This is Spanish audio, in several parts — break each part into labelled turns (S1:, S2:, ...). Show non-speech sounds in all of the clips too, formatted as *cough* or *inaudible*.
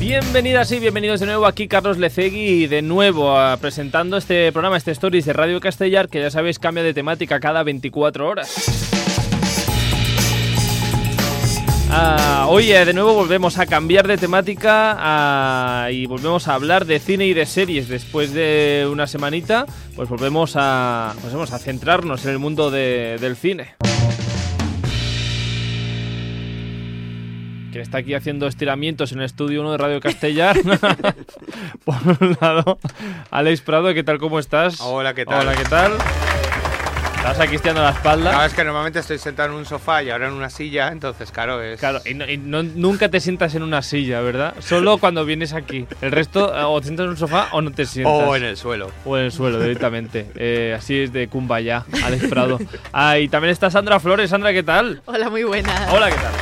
S1: Bienvenidas y bienvenidos de nuevo aquí Carlos Lecegui y de nuevo a- presentando este programa, este Stories de Radio Castellar que ya sabéis cambia de temática cada 24 horas. Ah, hoy eh, de nuevo volvemos a cambiar de temática ah, y volvemos a hablar de cine y de series. Después de una semanita, pues volvemos a, pues vamos a centrarnos en el mundo de- del cine. Quien está aquí haciendo estiramientos en el estudio 1 de Radio Castellar. *laughs* Por un lado, Alex Prado, ¿qué tal? ¿Cómo estás?
S2: Hola, ¿qué tal?
S1: Hola, ¿qué tal? Estás aquí estirando la espalda.
S2: Claro, es que normalmente estoy sentado en un sofá y ahora en una silla, entonces, claro, es.
S1: Claro, y, no- y no- nunca te sientas en una silla, ¿verdad? Solo cuando vienes aquí. El resto, eh, o te sientas en un sofá o no te sientas.
S2: o en el suelo.
S1: O en el suelo directamente. Eh, así es de Kumbaya, Alex Prado. Ah, y también está Sandra Flores. Sandra, ¿qué tal?
S3: Hola, muy buenas.
S1: Hola, ¿qué tal?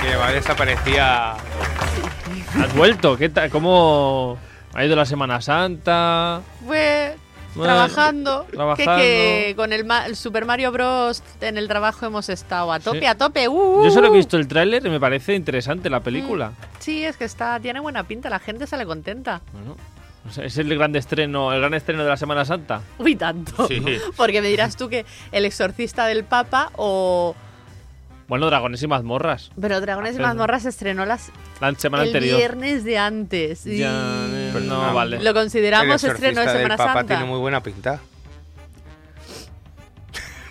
S2: Que
S1: *laughs*
S2: me desaparecía.
S1: ¿Has vuelto? ¿Qué tal? ¿Cómo ha ido la Semana Santa?
S3: Pues,
S1: Bueno,
S3: trabajando.
S1: trabajando.
S3: Que, que con el, ma- el Super Mario Bros. en el trabajo hemos estado a tope,
S1: Sí.
S3: a tope. uh,
S1: Yo solo he
S3: uh. Mm.
S1: visto el tráiler y me parece interesante la película.
S3: Sí, es que está, tiene buena pinta, la gente sale contenta.
S1: Bueno, o sea, es el gran estreno, el gran estreno de la Semana Santa.
S3: Uy, tanto.
S2: Sí.
S3: Porque me dirás tú que El Exorcista del Papa o.
S1: Bueno, Dragones y Mazmorras.
S3: Pero Dragones y
S1: Pero-
S3: Mazmorras se estrenó las,
S1: La semana
S3: el
S1: anterior.
S3: viernes de antes. y
S1: Ya, eh,
S2: Perdona.
S1: no, vale.
S3: Lo consideramos
S2: Ah, el
S3: estreno de
S2: exorcista del
S3: Semana
S2: Papa
S3: Santa.
S2: tiene muy buena
S3: *laughs*
S2: pinta.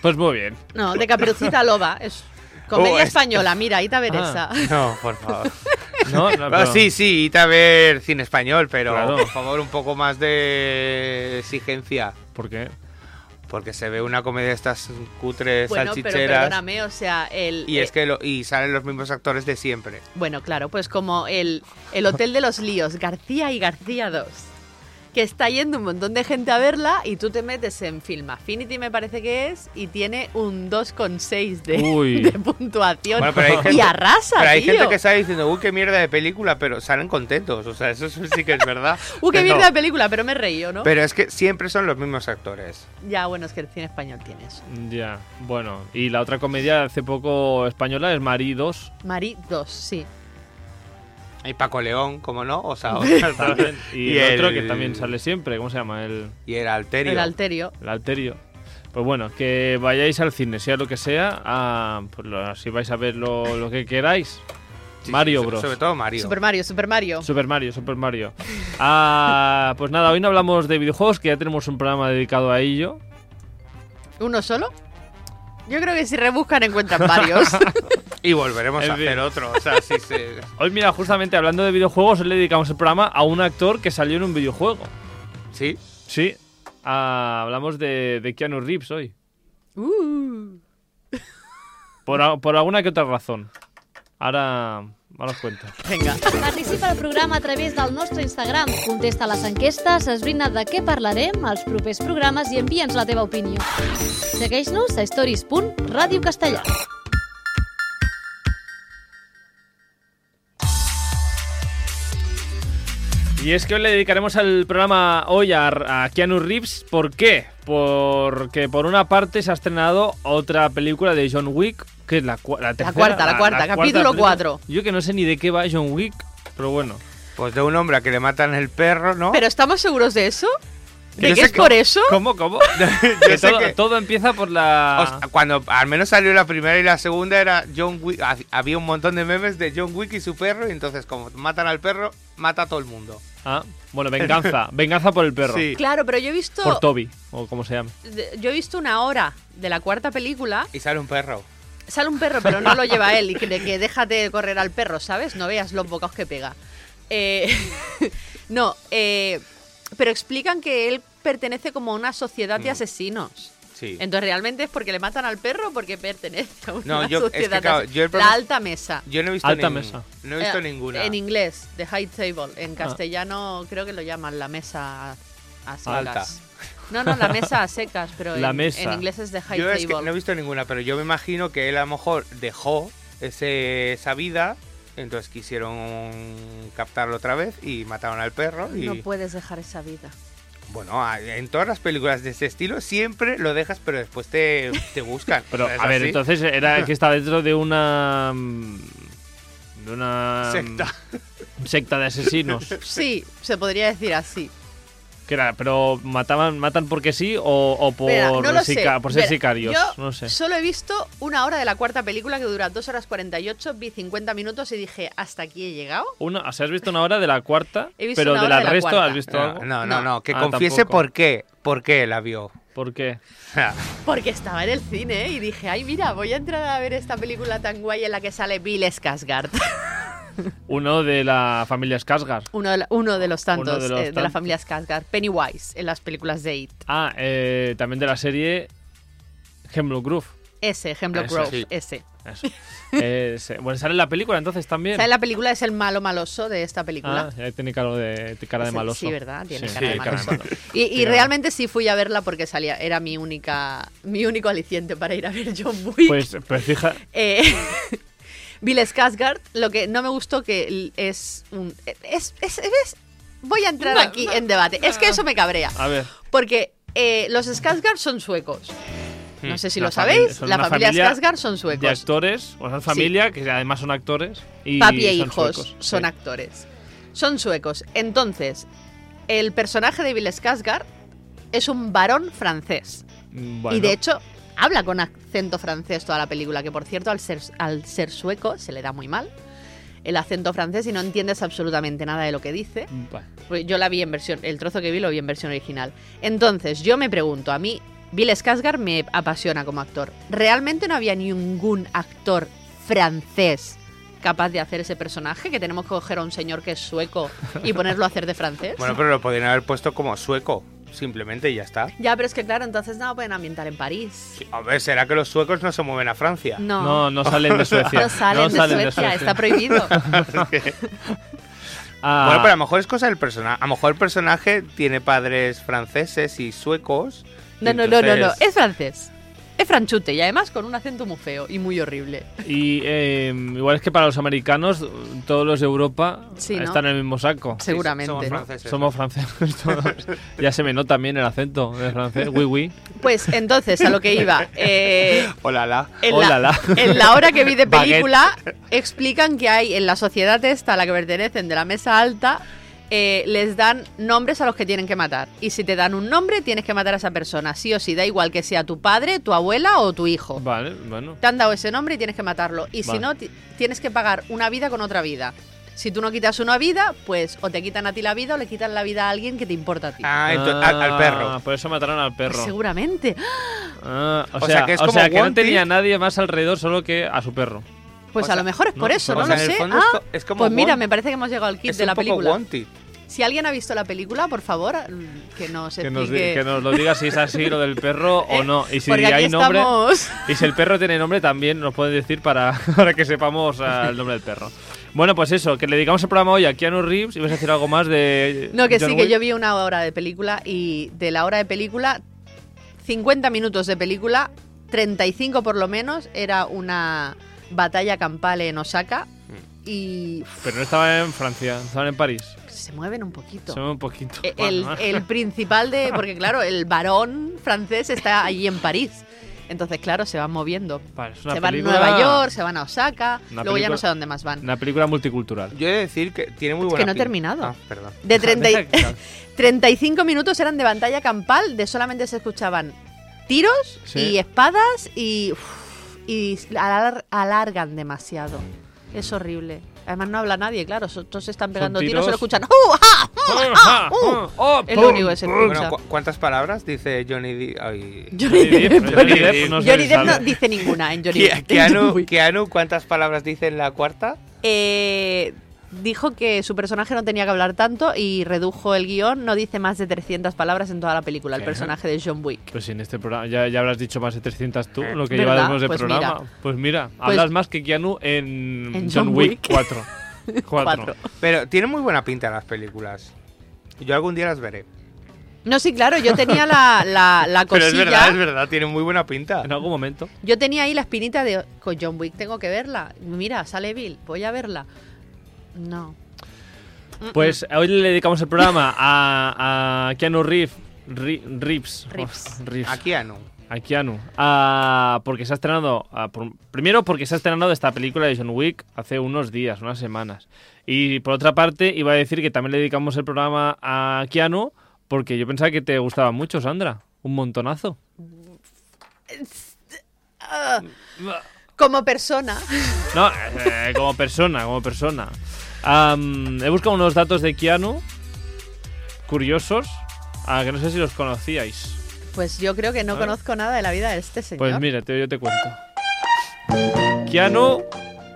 S1: Pues muy bien.
S3: No, de Caperucita Loba. Es comedia
S2: Oh, es-
S3: española, mira,
S1: Ah.
S3: Ita Beresa.
S2: No, por favor.
S1: *laughs*
S2: *laughs*
S1: No, no,
S2: Ah,
S1: pero-
S2: sí, sí, ir a ver cine español, pero
S1: Claro.
S2: por favor, un poco más de exigencia.
S1: ¿Por qué?
S2: Porque se ve una comedia de estas cutres
S3: Bueno, pero
S2: salchicheras.
S3: perdóname, o sea, el.
S2: y
S3: eh,
S2: es que lo- y salen los mismos actores de siempre.
S3: Bueno, claro, pues como el, el Hotel de los Líos, García y García 2, que está yendo un montón de gente a verla y tú te metes en Film Affinity, me parece que es, y tiene un 2,6
S1: Uy.
S3: *laughs* de, de puntuación.
S2: Bueno, pero hay
S3: y
S2: gente-
S3: arrasa,
S2: Pero hay
S3: tío.
S2: gente que sale diciendo, uy, qué mierda de película, pero salen contentos. O sea, eso sí que es
S3: *laughs*
S2: verdad.
S3: Uh, qué
S2: Pero-
S3: mierda de película, pero me he reído, ¿no?
S2: Pero es que siempre son los mismos actores.
S3: Ya, bueno, es que el cine español tiene eso.
S1: Ya, bueno. Y la otra comedia hace poco española es Maridos.
S3: Mari 2, sí.
S2: Hay Paco León, como no, o *laughs* sea,
S1: también, y,
S2: Y
S1: el otro
S2: el-
S1: que también sale siempre. ¿Cómo se llama? El,
S2: y el Alterio.
S3: El Alterio.
S1: el Alterio. Pues bueno, que vayáis al cine, sea lo que sea, a, pues lo- si vais a ver lo, lo que queráis.
S2: Sí,
S1: Mario
S2: so-
S1: Bros.
S2: Sobre todo Mario.
S3: Super Mario, Super Mario.
S1: Super Mario, Super Mario. Ah, pues nada, hoy no hablamos de videojuegos, que ya tenemos un programa dedicado a ello.
S3: ¿Uno solo? Yo creo que si rebuscan encuentran varios.
S2: *laughs* Y volveremos
S1: En
S2: a
S1: fin.
S2: hacer otro. O sea, sí, *laughs* se-
S1: Hoy mira, justamente hablando de videojuegos, hoy le dedicamos el programa a un actor que salió en un videojuego.
S2: sí.
S1: Sí. Ah, hablamos de, de Keanu Reeves hoy.
S3: Uh.
S1: Por, a- por alguna que otra razón. Ahora, ahora os cuento.
S3: Venga.
S4: Participa al programa a través del nostre Instagram. Contesta les enquestes, esbrina de què parlarem als propers programes i envia'ns la teva opinió. Segueix-nos a stories.radiocastellà.
S1: Y es que hoy le dedicaremos al programa hoy a, a Keanu Reeves. ¿Por qué? Porque por una parte se ha estrenado otra película de John Wick, que es la, cua- la tercera.
S3: cuarta, la cuarta, capítulo
S1: película.
S3: cuatro.
S1: Yo que no sé ni de qué va John Wick, pero bueno.
S2: Pues de un hombre a que le matan el perro, ¿no?
S3: ¿Pero estamos seguros de eso?
S2: Yo
S3: ¿De que
S2: sé
S3: es
S2: que-
S3: por eso?
S1: ¿Cómo, cómo?
S2: *laughs* Yo
S1: Que
S2: sé
S1: todo,
S2: que-
S1: todo empieza por la...
S2: O sea, cuando al menos salió la primera y la segunda era John Wick. ha- Había un montón de memes de John Wick y su perro. Y entonces, como matan al perro, mata a todo el mundo.
S1: Ah, bueno, venganza. venganza por el perro.
S2: Sí.
S3: Claro, pero yo he visto
S1: Por Toby, o como se llama.
S3: de- yo he visto una hora de la cuarta película.
S2: Y sale un perro.
S3: Sale un perro, pero no
S2: *laughs*
S3: lo lleva él y cree que déjate de correr al perro, ¿sabes? No veas los bocaos que pega. Eh, *laughs* no, eh, pero explican que él pertenece como a una sociedad de asesinos.
S2: Mm. Sí.
S3: Entonces realmente es porque le matan al perro o porque pertenece a una
S2: No, yo- es que,
S3: sociedad de
S2: claro,
S3: ases-
S2: yo el
S3: La
S2: problema-
S3: alta mesa.
S2: Yo no he visto
S1: Alta
S2: nin-
S1: mesa.
S2: No he visto
S3: Eh,
S2: ninguna.
S3: En inglés, The High Table.
S1: Ah.
S3: En castellano creo que lo llaman la mesa a secas.
S2: Alta.
S3: No, no, la mesa a secas, pero
S1: La
S3: en,
S1: mesa.
S3: en inglés es The High
S2: Yo
S3: Table.
S2: es que no he visto ninguna, pero yo me imagino que él a lo mejor dejó ese, esa vida, entonces quisieron captarlo otra vez y mataron al perro. Y
S3: No puedes dejar esa vida.
S2: bueno, a- en todas las películas de ese estilo siempre lo dejas, pero después te, te buscan.
S1: *laughs* Pero,
S2: ¿Es
S1: a ver,
S2: así?
S1: entonces era que estaba dentro de una... mm, De una... mm,
S2: Secta.
S1: secta de asesinos.
S3: Sí, se podría decir así.
S1: que era? ¿Pero mataban, matan porque sí o, o por,
S3: Verá, no lo
S1: sica-
S3: sé.
S1: por ser
S3: Verá,
S1: sicarios?
S3: Yo
S1: no sé.
S3: solo he visto una hora de la cuarta película que dura 2 horas 48, vi 50 minutos y dije, hasta aquí he llegado.
S1: Una, o sea, has visto una hora de la cuarta,
S3: He visto
S1: pero
S3: una
S1: del
S3: hora de la
S1: resto
S3: cuarta.
S1: has visto
S2: No,
S1: algo.
S2: no, no,
S3: No.
S2: no, que
S1: Ah,
S2: confiese
S1: tampoco.
S2: por qué, por qué la vio. *laughs*
S1: ¿Por qué?
S3: Porque estaba en el cine y dije, ay, mira, voy a entrar a ver esta película tan guay en la que sale Bill Skarsgård.
S1: Uno de la familia Skarsgård.
S3: Uno de, la- uno de los tantos
S1: Uno de los
S3: eh, de la
S1: tantos.
S3: familia Skarsgård. Pennywise en las películas de It.
S1: Ah, eh, también de la serie Hemlock Groove.
S3: Ese, Hemlock
S1: Ese
S3: Grove,
S2: sí.
S3: ese. *laughs*
S1: Eso. Eh, se- bueno, sale en la película entonces también.
S3: ¿Sabes? La película es el malo maloso de esta
S1: Ah,
S3: película.
S1: ya tiene cara de, cara de
S3: Sí,
S1: maloso.
S3: sí, ¿verdad? Tiene
S1: Sí,
S3: cara de
S1: sí,
S3: maloso. Y, y
S1: Claro.
S3: realmente sí fui a verla porque salía, era mi única, mi único aliciente para ir a ver John Wick.
S1: Pues, pues fija,
S3: Eh, *laughs* Bill Skarsgård, lo que no me gustó que l- es un... Es, es- es- voy a entrar aquí en debate. Es
S1: Ah.
S3: que eso me cabrea.
S1: a
S3: *laughs*
S1: ver.
S3: Porque eh, los Skarsgård son suecos. No sé si
S1: Una
S3: lo
S1: Hmm. familia-
S3: sabéis,
S1: son
S3: la
S1: una
S3: familia,
S1: familia
S3: Skarsgård son
S1: De
S3: suecos.
S1: actores, o sea, familia, que además son actores. Y
S3: Papi e
S1: son
S3: hijos
S1: suecos,
S3: son
S1: sí.
S3: actores. Son suecos. Entonces, el personaje de Bill Skarsgård es un varón francés.
S1: Mm, Bueno,
S3: Y de hecho, habla con acento francés toda la película, que por cierto, al ser, al ser sueco se le da muy mal el acento francés y no entiendes absolutamente nada de lo que dice.
S1: bueno,
S3: Porque Pues Yo la vi en versión, el trozo que vi lo vi en versión original. Entonces, yo me pregunto, a mí Bill Skarsgård me apasiona como actor. ¿Realmente no había ningún actor francés capaz de hacer ese personaje? Que tenemos que coger a un señor que es sueco y ponerlo a hacer de francés.
S2: Bueno, pero lo podrían haber puesto como sueco, simplemente y ya está.
S3: Ya, pero es que claro, entonces no lo pueden ambientar en París.
S2: A ver, ¿será que los suecos no se mueven a Francia? *laughs*
S1: No, no salen
S3: *laughs*
S1: de Suecia.
S3: No salen, de, Suecia, está prohibido.
S1: Ah,
S2: Bueno, pero a lo mejor es cosa del personaje. A lo mejor el personaje tiene padres franceses y suecos. y
S3: No, no, no, no, no,
S2: entonces-
S3: es francés. Es franchute y además con un acento muy feo y muy horrible.
S1: Y eh, igual es que para los americanos, todos los de Europa
S3: Sí, ¿no?
S1: están en el mismo saco.
S2: Sí,
S3: Seguramente.
S2: Somos franceses.
S1: Somos franceses todos.
S3: *laughs*
S1: ya se me nota bien el acento de francés. Oui, oui.
S3: Pues entonces, a lo que iba. eh,
S2: Hola, Oh, la.
S3: en,
S1: Hola,
S3: la,
S1: la.
S3: en la hora que
S2: *laughs*
S3: vi de
S1: Baguette.
S3: película, explican que hay en la sociedad esta a la que pertenecen de la mesa alta, eh, les dan nombres a los que tienen que matar. Y si te dan un nombre, tienes que matar a esa persona, sí o sí, da igual que sea tu padre, tu abuela o tu hijo.
S1: Vale, bueno.
S3: Te han dado ese nombre y tienes que matarlo.
S1: Vale.
S3: Y si no, ti- tienes que pagar una vida con otra vida. Si tú no quitas una vida, pues o te quitan a ti la vida o le quitan la vida a alguien que te importa a ti. Pues
S2: Ah, entonces, al, al
S1: Ah,
S2: perro.
S1: Por eso mataron al perro.
S3: Seguramente.
S1: Ah, o,
S2: O sea,
S1: sea,
S2: que es
S1: o
S2: como
S1: sea, que no
S2: Wanted.
S1: tenía nadie más alrededor, solo que a su perro.
S3: Pues
S2: O
S3: a
S2: sea,
S3: lo mejor es por
S1: no,
S3: eso,
S1: o
S3: no
S1: sea,
S3: lo
S2: en el
S3: sé.
S2: fondo
S3: Ah,
S2: es, co- es como.
S3: pues mira,
S2: Want-
S3: me parece que hemos llegado al kit
S2: es
S3: de la
S2: un poco
S3: película.
S2: Wanted.
S3: Si alguien ha visto la película, por favor, mm, que nos
S1: Que
S3: explique.
S1: nos, di- que nos lo diga si es así lo del perro o no. Y si
S3: Eh, Porque aquí
S1: hay nombre. *laughs*
S3: estamos.
S1: Y si el perro tiene nombre, también nos pueden decir para, *laughs* para que sepamos ah,
S3: *laughs*
S1: el nombre del perro. Bueno, pues eso, que le dedicamos el programa hoy a Keanu Reeves. ¿Y vas a decir algo más de.?
S3: No, que
S1: John
S3: sí, que
S1: Wick?
S3: yo vi una hora de película y de la hora de película, 50 minutos de película, 35 por lo menos, era una batalla campal en Osaka
S1: Mm.
S3: y uf,
S1: Pero no estaba en Francia, estaban en París.
S3: se mueven un poquito.
S1: Se mueve un poquito.
S3: E- El,
S1: Bueno,
S3: el
S1: *laughs*
S3: principal de. Porque claro, el varón francés está allí en París. Entonces, claro, se van moviendo.
S1: vale, es una
S3: Se van a
S1: película-
S3: Nueva York, se van a Osaka,
S1: Una
S3: luego ya no
S1: película-
S3: sé a dónde más van.
S1: Una película multicultural.
S2: Yo he de decir que tiene muy
S3: Es
S2: buena.
S3: que no he
S2: pinta.
S3: terminado.
S2: Ah, perdón.
S3: De
S1: *laughs*
S3: 30 y-
S1: Deja
S3: *laughs*
S1: que-
S3: 35 minutos eran de pantalla campal, de solamente se escuchaban tiros
S1: Sí.
S3: y espadas y, uf, y alar- alargan demasiado. Es horrible. Además no habla nadie, claro, so- todos están pegando tiros,
S1: tiros.
S3: solo escuchan ¡Uh, ah!
S1: Ah, ah, *laughs* ah,
S3: Es lo
S1: pum,
S3: único que se
S1: pum.
S2: Bueno,
S3: escucha.
S2: ¿cu- ¿cuántas palabras dice Johnny D? Ay.
S3: Johnny Depp.
S1: Johnny Depp, no sé
S3: Johnny
S1: si
S3: Depp no
S1: sale.
S3: dice ninguna en Johnny
S2: Ke-
S3: Depp. *laughs*
S2: Keanu, Keanu, ¿cuántas palabras dice en la cuarta?
S3: Eh, dijo que su personaje no tenía que hablar tanto y redujo el guión, no dice más de 300 palabras en toda la película, el
S1: ¿Qué?
S3: personaje de John Wick.
S1: Pues en este programa ya, ya habrás dicho más de 300 tú, lo que
S3: ¿Verdad?
S1: llevamos de
S3: Pues
S1: programa.
S3: mira.
S1: Pues mira,
S3: Pues-
S1: hablas más que Keanu en,
S3: En
S1: John,
S3: John
S1: Wick,
S3: Wick. *laughs*
S1: 4.
S3: Cuatro.
S2: Pero tiene muy buena pinta las películas. Yo algún día las veré.
S3: Pues No, sí, claro, yo tenía la, la,
S1: *laughs*
S3: la
S2: Pero
S3: cosilla.
S2: es verdad, es verdad, tiene muy buena pinta.
S1: En algún momento.
S3: Yo tenía ahí la espinita de con John Wick tengo que verla. Mira, sale Bill, voy a verla. No.
S1: Pues hoy le dedicamos el programa a, a Keanu Reeves. Ri- Reeves.
S3: Reeves.
S1: Reeves.
S2: A Keanu.
S1: A Keanu. Ah, porque se ha estrenado. ah, por- primero, porque se ha estrenado esta película de John Wick hace unos días, unas semanas. Y por otra parte, iba a decir que también le dedicamos el programa a Keanu, porque yo pensaba que te gustaba mucho, Sandra. Un montonazo.
S3: Como persona.
S1: No, eh, como persona, como persona. Am, he buscado unos datos de Keanu curiosos, ah, que no sé si los conocíais.
S3: Pues yo creo que no conozco nada de la vida de este señor.
S1: Ah. Pues mira, te, yo te cuento. Keanu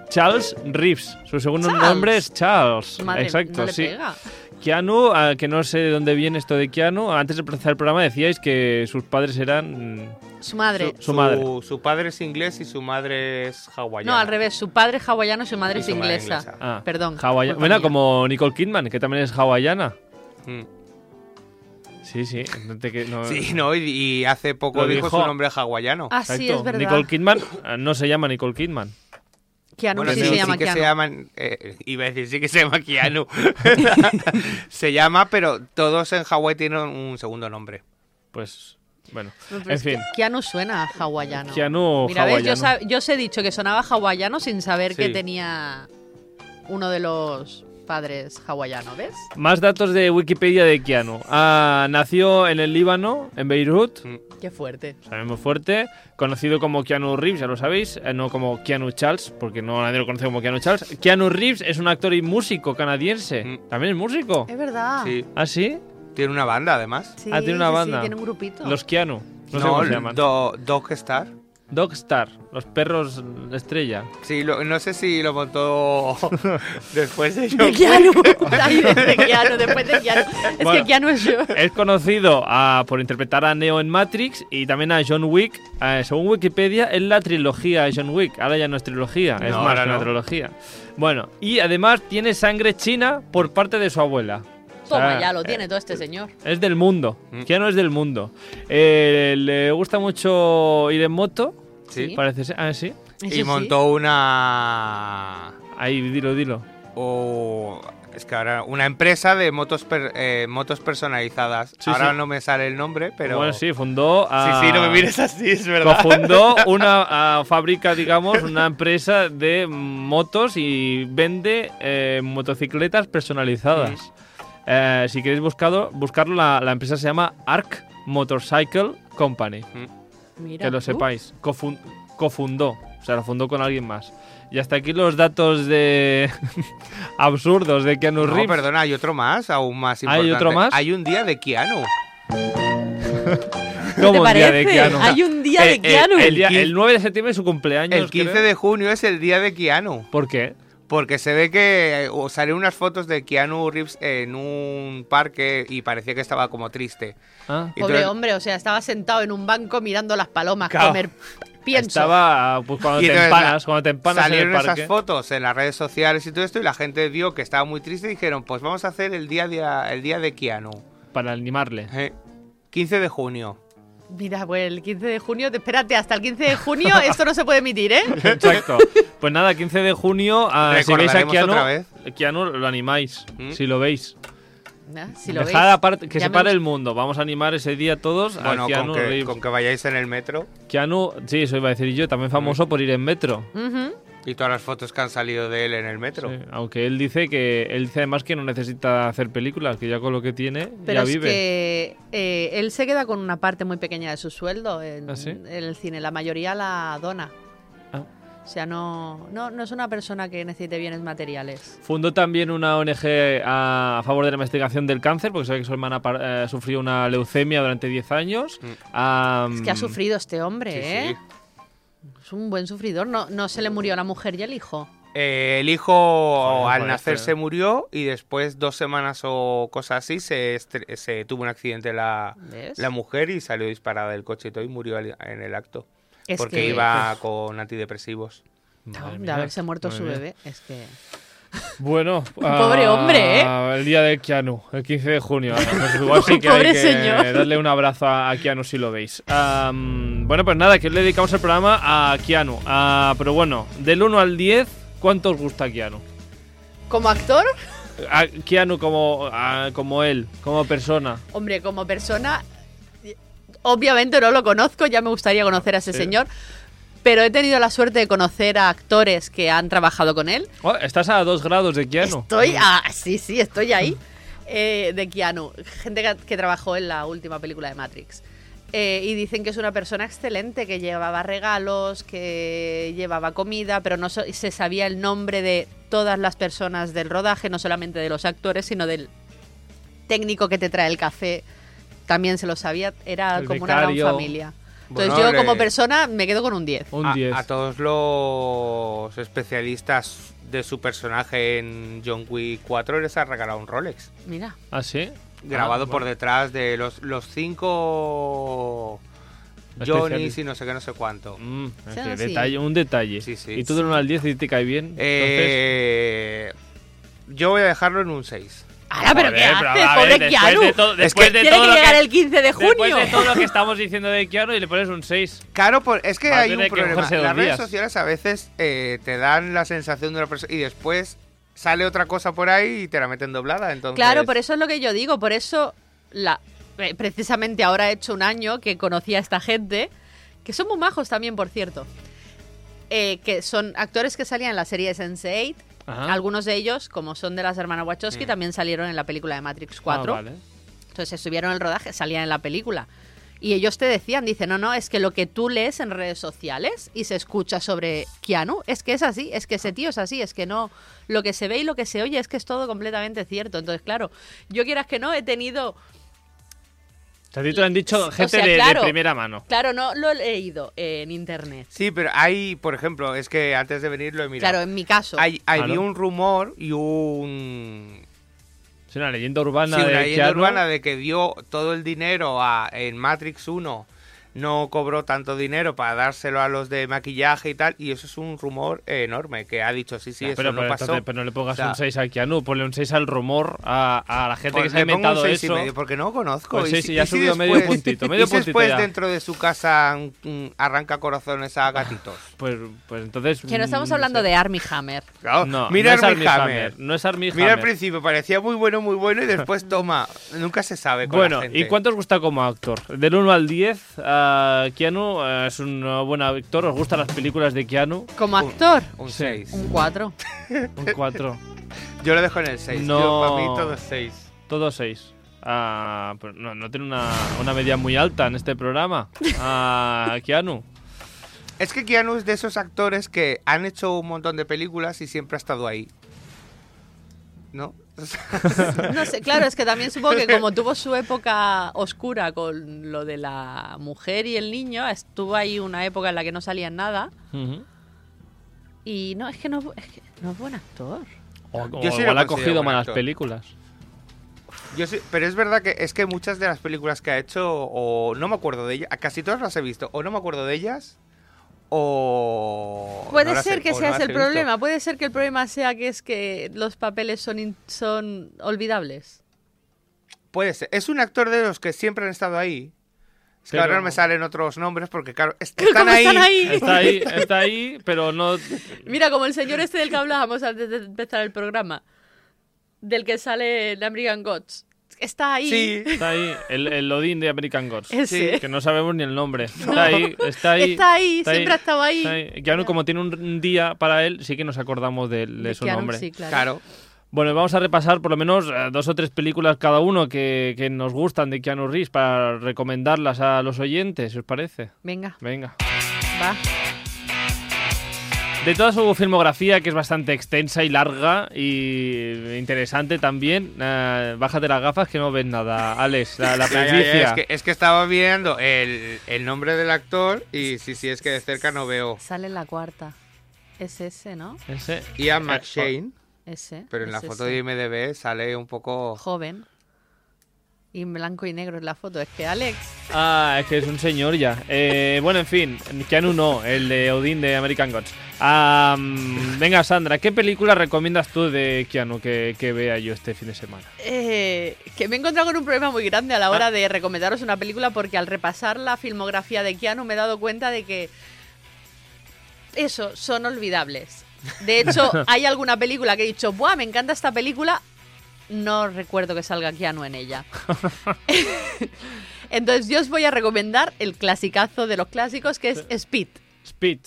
S1: Charles Reeves. Su segundo
S3: Charles.
S1: nombre es Charles.
S3: Madre,
S1: Exacto,
S3: no le
S1: sí.
S3: pega.
S1: Keanu, ah, que no sé de dónde viene esto de Keanu. Antes de empezar el programa decíais que sus padres eran... mm,
S3: Su madre.
S1: Su madre.
S2: su padre es inglés y su madre es hawaiana.
S3: No, al revés. Su padre es hawaiano y su
S2: Y
S3: madre es
S2: su madre
S3: inglesa.
S2: inglesa.
S1: ah,
S3: Perdón.
S1: hawaia-
S3: culpa
S1: Bueno,
S3: mía.
S1: como Nicole Kidman, que también es hawaiana.
S2: Mm.
S1: Sí, sí. no te que- no-
S2: Sí, no, y, y hace poco
S1: Lo
S2: dijo,
S1: dijo.
S2: su nombre hawaiano.
S3: Ah, sí,
S1: Exacto.
S3: es verdad.
S1: Nicole Kidman ah, no se llama Nicole Kidman.
S3: Keanu,
S2: Bueno,
S3: sí,
S2: sí,
S3: se
S2: sí
S3: llama
S2: que
S3: Keanu.
S2: se llaman. eh, iba a decir, sí que se
S1: *laughs*
S2: llama Keanu. se llama, pero todos en Hawái tienen un segundo nombre.
S1: Pues, bueno.
S3: No, pero
S1: En
S3: es que
S1: fin.
S3: Keanu suena a hawaiano.
S1: Keanu
S3: Mira, ¿ves? Yo,
S1: hawaiano.
S3: sab- yo os he dicho que sonaba hawaiano sin saber que
S2: Sí.
S3: tenía uno de los padres hawaiano, ¿ves?
S1: Más datos de Wikipedia de Keanu. Ah, nació en el Líbano, en Beirut,
S3: Qué fuerte.
S1: sabemos fuerte, conocido como Keanu Reeves, ya lo sabéis, eh, no como Keanu Charles, porque no nadie lo conoce como Keanu Charles. Keanu Reeves es un actor y músico canadiense.
S2: Mm.
S1: ¿También es músico?
S3: Es verdad.
S2: Sí.
S1: ¿Ah, sí?
S2: Tiene una banda, además.
S3: Sí,
S1: Ah, tiene una
S3: sí, sí,
S1: banda.
S3: tiene un grupito.
S1: Los Keanu. No, sé
S2: No,
S1: cómo se llaman.
S2: Do- Dog Star.
S1: Dogstar, los perros estrella.
S2: Sí, lo- no sé si
S1: *laughs*
S2: lo montó después
S3: *laughs*
S2: de yo.
S3: *laughs* De Keanu. Ay, de Keanu, después de Keanu. Es
S1: Bueno.
S3: que Keanu es yo.
S1: Es conocido ah, por interpretar a Neo en Matrix y también a John Wick. Eh, según Wikipedia, es la trilogía de John Wick. Ahora ya no es trilogía, es
S2: No,
S1: más
S2: ahora
S1: que una
S2: no.
S1: trilogía. Bueno, y además tiene sangre china por parte de su abuela. O sea,
S3: Toma, ya lo tiene todo este señor.
S1: Es del mundo.
S2: Mm.
S1: Ya no es del mundo. Eh, le gusta mucho ir en moto.
S2: Sí.
S1: Parece ser. Ah, sí.
S3: Eso sí.
S2: Y montó una.
S1: Ahí, dilo, dilo.
S2: o es que ahora una empresa de motos per- eh, motos personalizadas.
S1: Sí,
S2: ahora
S1: sí.
S2: no me sale el nombre, pero
S1: Bueno, sí, fundó. a-
S2: sí, sí, no me mires así, es verdad.
S1: Cofundó
S2: *laughs*
S1: una ah, fábrica, digamos, una empresa de motos y vende eh, motocicletas personalizadas. Eh, si queréis buscado, buscarlo, la, la empresa se llama Arc Motorcycle Company,
S3: Mira
S1: que lo
S3: tú.
S1: sepáis. Cofun- cofundó, o sea, lo fundó con alguien más. Y hasta aquí los datos de *laughs* absurdos de Keanu
S2: No,
S1: Reeves.
S2: perdona, hay otro más, aún más
S1: ¿Hay
S2: importante.
S1: otro más?
S2: Hay un día de Keanu.
S1: ¿Cómo
S3: ¿Te
S1: un día de
S3: parece?
S1: Keanu?
S3: Hay un día
S1: Eh,
S3: de
S1: eh,
S3: Keanu.
S1: El, día-
S2: El
S1: el 9 de septiembre es su cumpleaños.
S2: El 15
S1: creo.
S2: de junio es el día de Keanu,
S1: ¿Por qué?
S2: porque se ve que eh, o salieron unas fotos de Keanu Reeves en un parque y parecía que estaba como triste.
S1: Ah.
S2: Y
S3: Pobre
S2: entonces-
S3: hombre, o sea, estaba sentado en un banco mirando las palomas
S1: Claro.
S3: comer pienso.
S1: Estaba pues, cuando
S2: Y
S1: te
S2: entonces,
S1: empanas,
S2: la-
S1: cuando te empanas en el
S2: salieron
S1: parque.
S2: esas fotos en las redes sociales y todo esto y la gente vio que estaba muy triste y dijeron, pues vamos a hacer el día de, el día de Keanu.
S1: Para
S2: *laughs*
S1: animarle.
S2: Eh, 15 de junio.
S3: Mira, pues el 15 de junio, espérate, hasta el 15 de junio
S1: *laughs*
S3: esto no se puede emitir, ¿eh?
S1: Exacto. Pues nada, 15 de junio, ah, si veis a
S2: Recordaremos
S1: Keanu,
S2: otra vez.
S1: Keanu lo animáis,
S2: ¿Mm?
S1: si lo veis.
S3: Ah, Si lo
S1: Dejad
S3: veis.
S1: aparte- que
S3: Ya
S1: se
S3: me
S1: pare
S3: gusta.
S1: el mundo. Vamos a animar ese día todos
S2: Bueno,
S1: a Ah, Keanu
S2: Ah, con que,
S1: Reeves.
S2: con que vayáis en el metro
S1: Keanu, sí, eso iba a decir yo, también
S2: Mm.
S1: famoso por ir en metro.
S3: Ujú.
S2: y todas las fotos que han salido de él en el metro.
S1: Sí, aunque él dice que él dice además que no necesita hacer películas, que ya con lo que tiene
S3: Pero
S1: ya
S3: es
S1: vive.
S3: que eh, él se queda con una parte muy pequeña de su sueldo en,
S1: ¿Ah, sí?
S3: en el cine. La mayoría la dona.
S1: Ah.
S3: O sea, no, no, no es una persona que necesite bienes materiales.
S1: Fundó también una ONG a, a favor de la investigación del cáncer, porque sabe que su hermana par- eh, sufrió una leucemia durante 10 años. Am,
S3: Es que ha sufrido este hombre,
S2: Mm. Sí,
S3: ¿eh?
S2: sí.
S3: Es un buen sufridor. No, no se le murió la mujer y el hijo.
S2: Eh, el hijo
S1: Joder,
S2: al
S1: joder,
S2: nacer
S1: este.
S2: se murió y después dos semanas o cosas así se, estre- se tuvo un accidente la,
S3: ¿Ves?
S2: la mujer y salió disparada del coche y todo y murió al- en el acto.
S3: Es
S2: porque
S3: que-
S2: iba con antidepresivos.
S1: Madre
S3: de
S1: mía,
S3: haberse muerto
S1: madre
S3: su
S1: mía.
S3: bebé. Es que.
S1: Bueno,
S3: *laughs*
S1: ah,
S3: Pobre hombre, ¿eh?
S1: El día de Keanu, el 15 de junio.
S3: *laughs*
S1: Pues igual sí que hay
S3: Pobre
S1: que
S3: señor.
S1: darle un abrazo a a Keanu si lo veis. Am, bueno, pues nada, que le dedicamos el programa a Keanu. Ah, pero bueno, del 1 al 10, ¿cuánto os gusta Keanu?
S3: ¿Como actor?
S1: A Keanu como, ah, como él, como persona.
S3: Hombre, como persona. obviamente no lo conozco, ya me gustaría conocer a ese
S1: Sí.
S3: señor, pero he tenido la suerte de conocer a actores que han trabajado con él.
S1: Oh, estás a dos grados de Keanu.
S3: Estoy, ah, sí, sí, estoy ahí, eh, de Keanu, gente que, que trabajó en la última película de Matrix. Eh, y dicen que es una persona excelente, que llevaba regalos, que llevaba comida, pero no so- se sabía el nombre de todas las personas del rodaje, no solamente de los actores, sino del técnico que te trae el café. También se lo sabía, era
S1: El
S3: como una
S1: becario.
S3: gran familia. Entonces
S2: Bueno,
S3: yo
S2: le-
S3: como persona me quedo con un 10.
S1: Un
S2: a,
S1: 10.
S2: a todos los especialistas de su personaje en John Wick 4 les ha regalado un Rolex.
S3: Mira,
S1: ¿Ah, sí?
S2: Grabado
S1: Ah,
S2: por
S1: bueno.
S2: detrás de los, los cinco Johnny's y no sé qué, no sé cuánto.
S1: Mm, es
S3: Son
S1: que
S3: así.
S1: detalle, un detalle.
S2: Sí, sí.
S1: Y tú del 1 al 10 y te cae bien.
S2: Eh, yo voy a dejarlo en un 6.
S3: ahora pero
S1: Joder,
S3: ¿qué hace?
S1: pero a ver,
S3: Pobre
S1: después
S3: Keanu.
S1: de todo-
S2: Es
S1: después
S2: que
S1: de
S3: Pues Tiene
S1: todo
S3: que
S1: lo
S3: llegar el 15 de junio.
S1: Después de todo lo que estamos diciendo de Keanu y le pones un 6.
S2: Claro, por- es que
S1: Va a
S2: hay un
S1: tener que
S2: problema.
S1: cogerse dos
S2: Las redes
S1: días.
S2: sociales a veces eh, te dan la sensación de una persona y después sale otra cosa por ahí y te la meten doblada. Entonces,
S3: Claro, por eso es lo que yo digo, por eso la eh, precisamente ahora he hecho un año que conocí a esta gente, que son muy majos también, por cierto. eh, que son actores que salían en la serie Sense8.
S1: Ajá.
S3: Algunos de ellos, como son de las hermanas Wachowski,
S2: Mm.
S3: también salieron en la película de Matrix 4.
S1: Ah, vale.
S3: Entonces estuvieron en el rodaje, salían en la película. Y ellos te decían, dicen, no, no, es que lo que tú lees en redes sociales y se escucha sobre Keanu, es que es así, es que ese tío es así, es que no, lo que se ve y lo que se oye es que es todo completamente cierto. Entonces, claro, yo quieras que no, he tenido,
S1: O sea, a ti te lo han dicho
S3: O
S1: gente
S3: sea,
S1: de- de,
S3: claro.
S1: primera mano.
S3: claro, no lo he leído en internet.
S2: Sí, pero hay, por ejemplo, es que antes de venir lo he mirado.
S3: Claro, en mi caso.
S2: Hay, hay
S1: Claro.
S2: un rumor y un
S1: Es una leyenda urbana
S2: sí,
S1: de
S2: una leyenda
S1: Keanu.
S2: urbana de que dio todo el dinero a en Matrix 1 no cobró tanto dinero para dárselo a los de maquillaje y tal y eso es un rumor enorme que ha dicho sí sí
S1: Ya, Ah,
S2: eso
S1: pero,
S2: no
S1: pero
S2: pasó
S1: entonces, pero no le pongas
S2: O sea,
S1: un 6 a Keanu, ponle un 6 al rumor, a, a la gente
S2: Pues
S1: que se ha
S2: le pongo un
S1: inventado
S2: seis y
S1: eso.
S2: medio, porque no conozco.
S1: Pues
S2: Y
S1: sí,
S2: si-
S1: sí, ya
S2: y
S1: ha
S2: si
S1: subido medio
S2: después-
S1: puntito, medio
S2: *laughs* y si
S1: puntito
S2: después
S1: ya.
S2: dentro de su casa mm, arranca corazones a gatitos.
S1: Pues, pues entonces.
S3: que no estamos
S1: mm,
S3: hablando
S1: sé.
S3: de Army Hammer.
S2: Claro,
S1: No,
S2: Oh, mira
S1: no es
S2: Armie
S1: Armie Hammer.
S2: Hammer.
S1: No es Armie
S2: Mira al
S1: Hammer.
S2: principio, parecía muy bueno, muy
S1: *laughs*
S2: bueno y después toma. Nunca se sabe. Con
S1: Bueno,
S2: la gente.
S1: ¿y cuánto os gusta como actor? Del 1 al 10, ah, Keanu eh, es un eh, buen actor. ¿Os gustan las películas de Keanu?
S3: Como actor,
S2: Un
S1: Sí.
S2: 6.
S3: un 4.
S1: Un
S2: *laughs*
S1: 4.
S2: Yo lo dejo en el 6.
S1: No.
S2: Yo, para mí todo es 6.
S1: Todo 6. Ah, pero no, no tiene una, una media muy alta en este programa. Ah, Keanu.
S2: Es que Keanu es de esos actores que han hecho un montón de películas y siempre ha estado ahí. ¿No? *laughs*
S3: No sé, claro, es que también supongo que como tuvo su época oscura con lo de la mujer y el niño, estuvo ahí una época en la que no salía nada.
S1: Ujú.
S3: Y no, es que no es, que no es buen actor.
S1: O, o
S2: Yo sí lo
S1: igual ha
S2: considero
S1: cogido
S2: buen
S1: malas
S2: actor.
S1: películas.
S2: Yo sí, pero es verdad que es que muchas de las películas que ha hecho, o no me acuerdo de ellas, casi todas las he visto, o no me acuerdo de ellas, o.
S3: Puede
S2: no las
S3: ser
S2: he-
S3: que
S2: o no
S3: sea
S2: las
S3: ese
S2: he
S3: el
S2: visto.
S3: problema, puede ser que el problema sea que es que los papeles son, in- son *laughs* olvidables.
S2: Puede ser. Es un actor de los que siempre han estado ahí. Es que
S1: Pero-
S2: ahora no me salen otros nombres porque, claro, est-
S3: *laughs* ¿Cómo
S2: están, ahí.
S3: están ahí?
S1: Está ahí, está ahí, pero no.
S3: Mira, como el señor este del que hablábamos antes de empezar el programa, del que sale en American Gods. Está ahí.
S2: Sí.
S1: Está ahí el, el Odín de American Gods.
S3: Ese.
S1: Que no sabemos ni el nombre. Está ahí, está ahí.
S3: Está ahí, siempre ha estado ahí.
S1: está Keanu, como tiene un día para él, sí que nos acordamos de, de
S3: De
S1: su
S3: Keanu,
S1: nombre.
S3: sí, claro.
S2: Claro.
S1: Bueno, vamos a repasar por lo menos eh, dos o tres películas cada uno que, que nos gustan de Keanu Reeves para recomendarlas a los oyentes, si os parece.
S3: Venga,
S1: Venga.
S3: va.
S1: De toda su filmografía, que es bastante extensa y larga y interesante también, eh, bájate las gafas que no ves nada, Alex, la, la
S2: *laughs* Ya, ya, ya,
S1: primicia.
S2: es, que, es que estaba viendo el, el nombre del actor y sí, sí, es que de cerca no veo.
S3: Sale la cuarta. Es ese, ¿no?
S1: Ese-
S2: Ian McShane,
S1: oh,
S3: Ese.
S2: pero en
S3: es
S2: la
S3: ese.
S2: foto de IMDB sale un poco.
S3: Joven. Y en blanco y negro es la foto. Es que Alex.
S1: Ah, es que es un señor ya. Eh, bueno, en fin, Keanu no, el de Odín de American Gods. Ah, mm, venga, Sandra, ¿qué película recomiendas tú de Keanu que, que vea yo este fin de semana?
S3: eh, que me he encontrado con un problema muy grande a la
S1: Ah.
S3: hora de recomendaros una película porque al repasar la filmografía de Keanu me he dado cuenta de que. Eso, son olvidables.
S1: *laughs*
S3: De hecho, hay alguna película que he dicho, ¡buah! Me encanta
S1: *laughs*
S3: esta película. No recuerdo que salga Keanu en ella. Entonces yo os voy a recomendar el clasicazo de los clásicos que es Speed.
S1: Speed.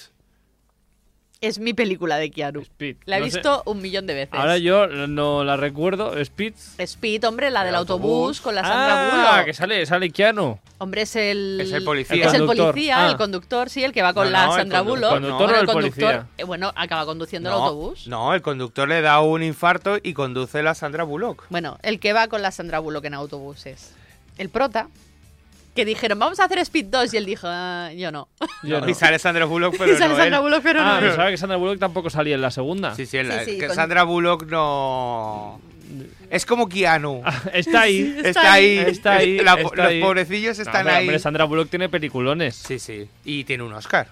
S3: Es mi película de Keanu.
S1: Speed.
S3: La he
S1: No sé.
S3: visto un millón de veces.
S1: Ahora yo no la recuerdo. Speed.
S3: Speed, hombre, la del
S2: El
S3: autobús,
S2: autobús.
S3: con la Sandra
S1: ah,
S3: Bullock.
S1: que sale, sale Keanu.
S3: Hombre, es el...
S2: Es el policía.
S3: Es el
S1: Conductor.
S3: policía,
S1: Ah.
S3: el conductor, sí, el que va con
S2: No,
S3: la
S2: no, el
S3: Sandra
S2: conductor,
S3: Bullock.
S1: no.
S3: Bueno,
S1: ¿Conductor o
S3: el
S1: el
S3: conductor,
S1: policía?
S3: eh, bueno, acaba conduciendo el
S2: No,
S3: autobús.
S2: No, el conductor le da un infarto y conduce la Sandra Bullock.
S3: Bueno, el que va con la Sandra Bullock en autobuses. El prota. Que dijeron, vamos a hacer Speed 2. Y él dijo, "Ah, yo no.
S1: Yo no.
S2: Y sale Sandra Bullock, pero
S3: y *laughs* sale
S2: no
S3: Sandra
S2: él.
S3: Bullock, pero
S1: Ah,
S3: no.
S1: pensaba que Sandra Bullock tampoco salía en la segunda.
S2: Sí, sí, en la-
S3: Sí, sí,
S2: que
S3: con-
S2: Sandra Bullock no... Es como Keanu.
S1: *laughs* Está ahí.
S3: Sí,
S2: Está ahí.
S1: Ah, Está ahí,
S2: La-
S1: está
S2: los
S1: ahí.
S2: pobrecillos
S1: No,
S2: están
S1: pero,
S2: ahí.
S1: hombre, Sandra Bullock tiene peliculones.
S2: Sí, sí. Y tiene un Oscar.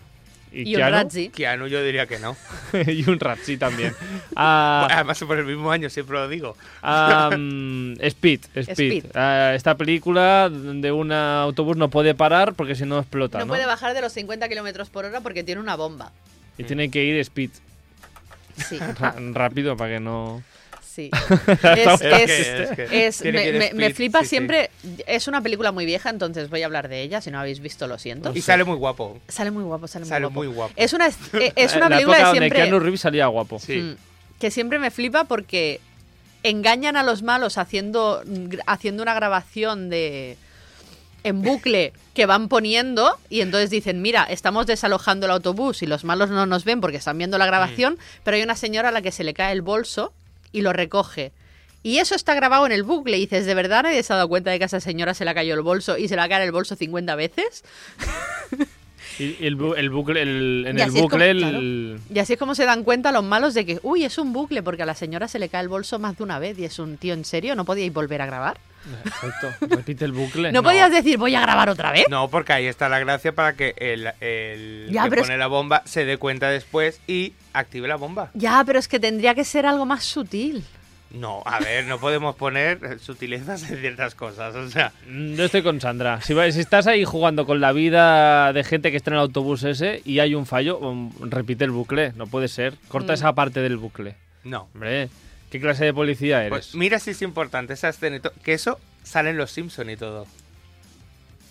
S3: Y un Razzie.
S2: Keanu yo diría que no.
S1: *laughs* y un Ratzi también.
S2: *laughs*
S1: Ah,
S2: Además, por el mismo año, siempre lo digo.
S1: ah, mm, Speed, Speed.
S3: Speed.
S1: Ah, esta película donde un autobús no puede parar porque si no explota.
S3: No
S1: No,
S3: puede bajar de los 50 kilómetros por hora porque tiene una bomba.
S1: Y tiene que ir Speed *laughs*
S3: Sí,
S1: ra- rápido para que no.
S3: sí.
S2: Es
S3: Es, es-
S2: que- es que
S3: es-
S2: tiene que
S3: me,
S2: ir
S3: me-
S2: speed,
S3: me flipa
S2: sí, sí.
S3: siempre. Es una película muy vieja, entonces voy a hablar de ella. Si no habéis visto, lo siento.
S2: Y sale muy guapo.
S3: Sale muy guapo, sale muy
S2: Sale
S3: guapo. Eh,
S2: muy guapo.
S3: Es una, es
S1: *laughs*
S3: es una
S1: Eh, la
S3: película
S1: época
S3: de
S1: donde
S3: siempre.
S1: Keanu Reeves salía guapo.
S2: Sí.
S3: Mm. que siempre me flipa porque engañan a los malos haciendo, gr- haciendo una grabación de en bucle que van poniendo y entonces dicen, mira, estamos desalojando el autobús y los malos no nos ven porque están viendo la grabación, pero hay una señora a la que se le cae el bolso y lo recoge. Y eso está grabado en el bucle. Y dices, ¿de verdad nadie se ha dado cuenta de que a esa señora se le cayó el bolso y se le va a caer el bolso 50 veces?
S1: Y, y el, bu- el bucle, el- en el
S3: Y así es como-
S1: bucle, el-
S3: claro. Y así es como se dan cuenta los malos de que, uy, es un bucle, porque a la señora se le cae el bolso más de una vez y es un tío, ¿en serio? ¿No podíais volver a grabar?
S1: Exacto, repite el
S2: Eh,
S1: bucle.
S3: *laughs* ¿No, podías decir, voy a grabar otra vez?
S2: No, porque ahí está la gracia para que el, el
S3: Ya,
S2: que
S3: pero
S2: pone
S3: es-
S2: la bomba se dé cuenta después y active la bomba.
S3: Ya, pero es que tendría que ser algo más sutil.
S2: No, a ver, no podemos poner sutilezas en ciertas cosas. O sea,
S1: Mm, Yo estoy con Sandra. Si, va- si estás ahí jugando con la vida de gente que está en el autobús ese y hay un fallo, mm, repite el bucle. No puede ser.
S3: Mm.
S1: Corta esa parte del bucle.
S2: no.
S1: Hombre, ¿qué clase de policía
S2: Pues
S1: eres?
S2: mira si es importante esa escena y todo. Que eso sale en los Simpson y todo.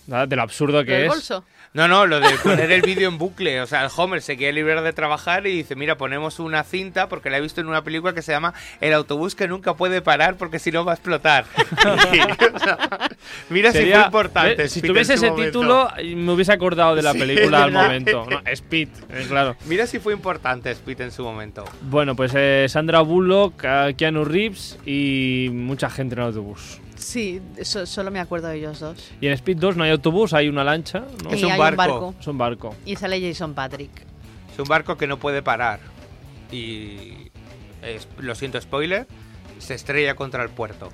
S1: Nada, de lo absurdo
S3: ¿Lo del
S1: que es.
S3: bolso?
S2: No, no, lo de poner el vídeo en bucle. O sea, el Homer se quiere liberar de trabajar y dice, mira, ponemos una cinta porque la he visto en una película que se llama El autobús que nunca puede parar porque si no va
S1: *laughs*
S2: a explotar. O sea, mira si
S1: Sería-
S2: fue importante.
S1: ¿ves? Si
S2: Speed en
S1: tuviese
S2: su
S1: ese
S2: momento.
S1: título, y me hubiese acordado de la
S2: Sí,
S1: película al
S2: ¿verdad?
S1: momento. No, Speed, eh, claro.
S2: Mira si fue importante Speed en su momento.
S1: Bueno, pues eh, Sandra Bullock, eh, Keanu Reeves y mucha gente en el autobús.
S3: Sí, so- solo me acuerdo de ellos dos.
S1: Y en Speed 2 no hay autobús, hay una lancha, ¿no?
S2: Es
S3: y
S2: un
S3: hay
S2: barco.
S3: un barco.
S1: Es un barco.
S3: Y sale Jason Patrick.
S2: Es un barco que no puede parar. Y... es- lo siento, spoiler. Se estrella contra
S1: *laughs*
S2: el puerto.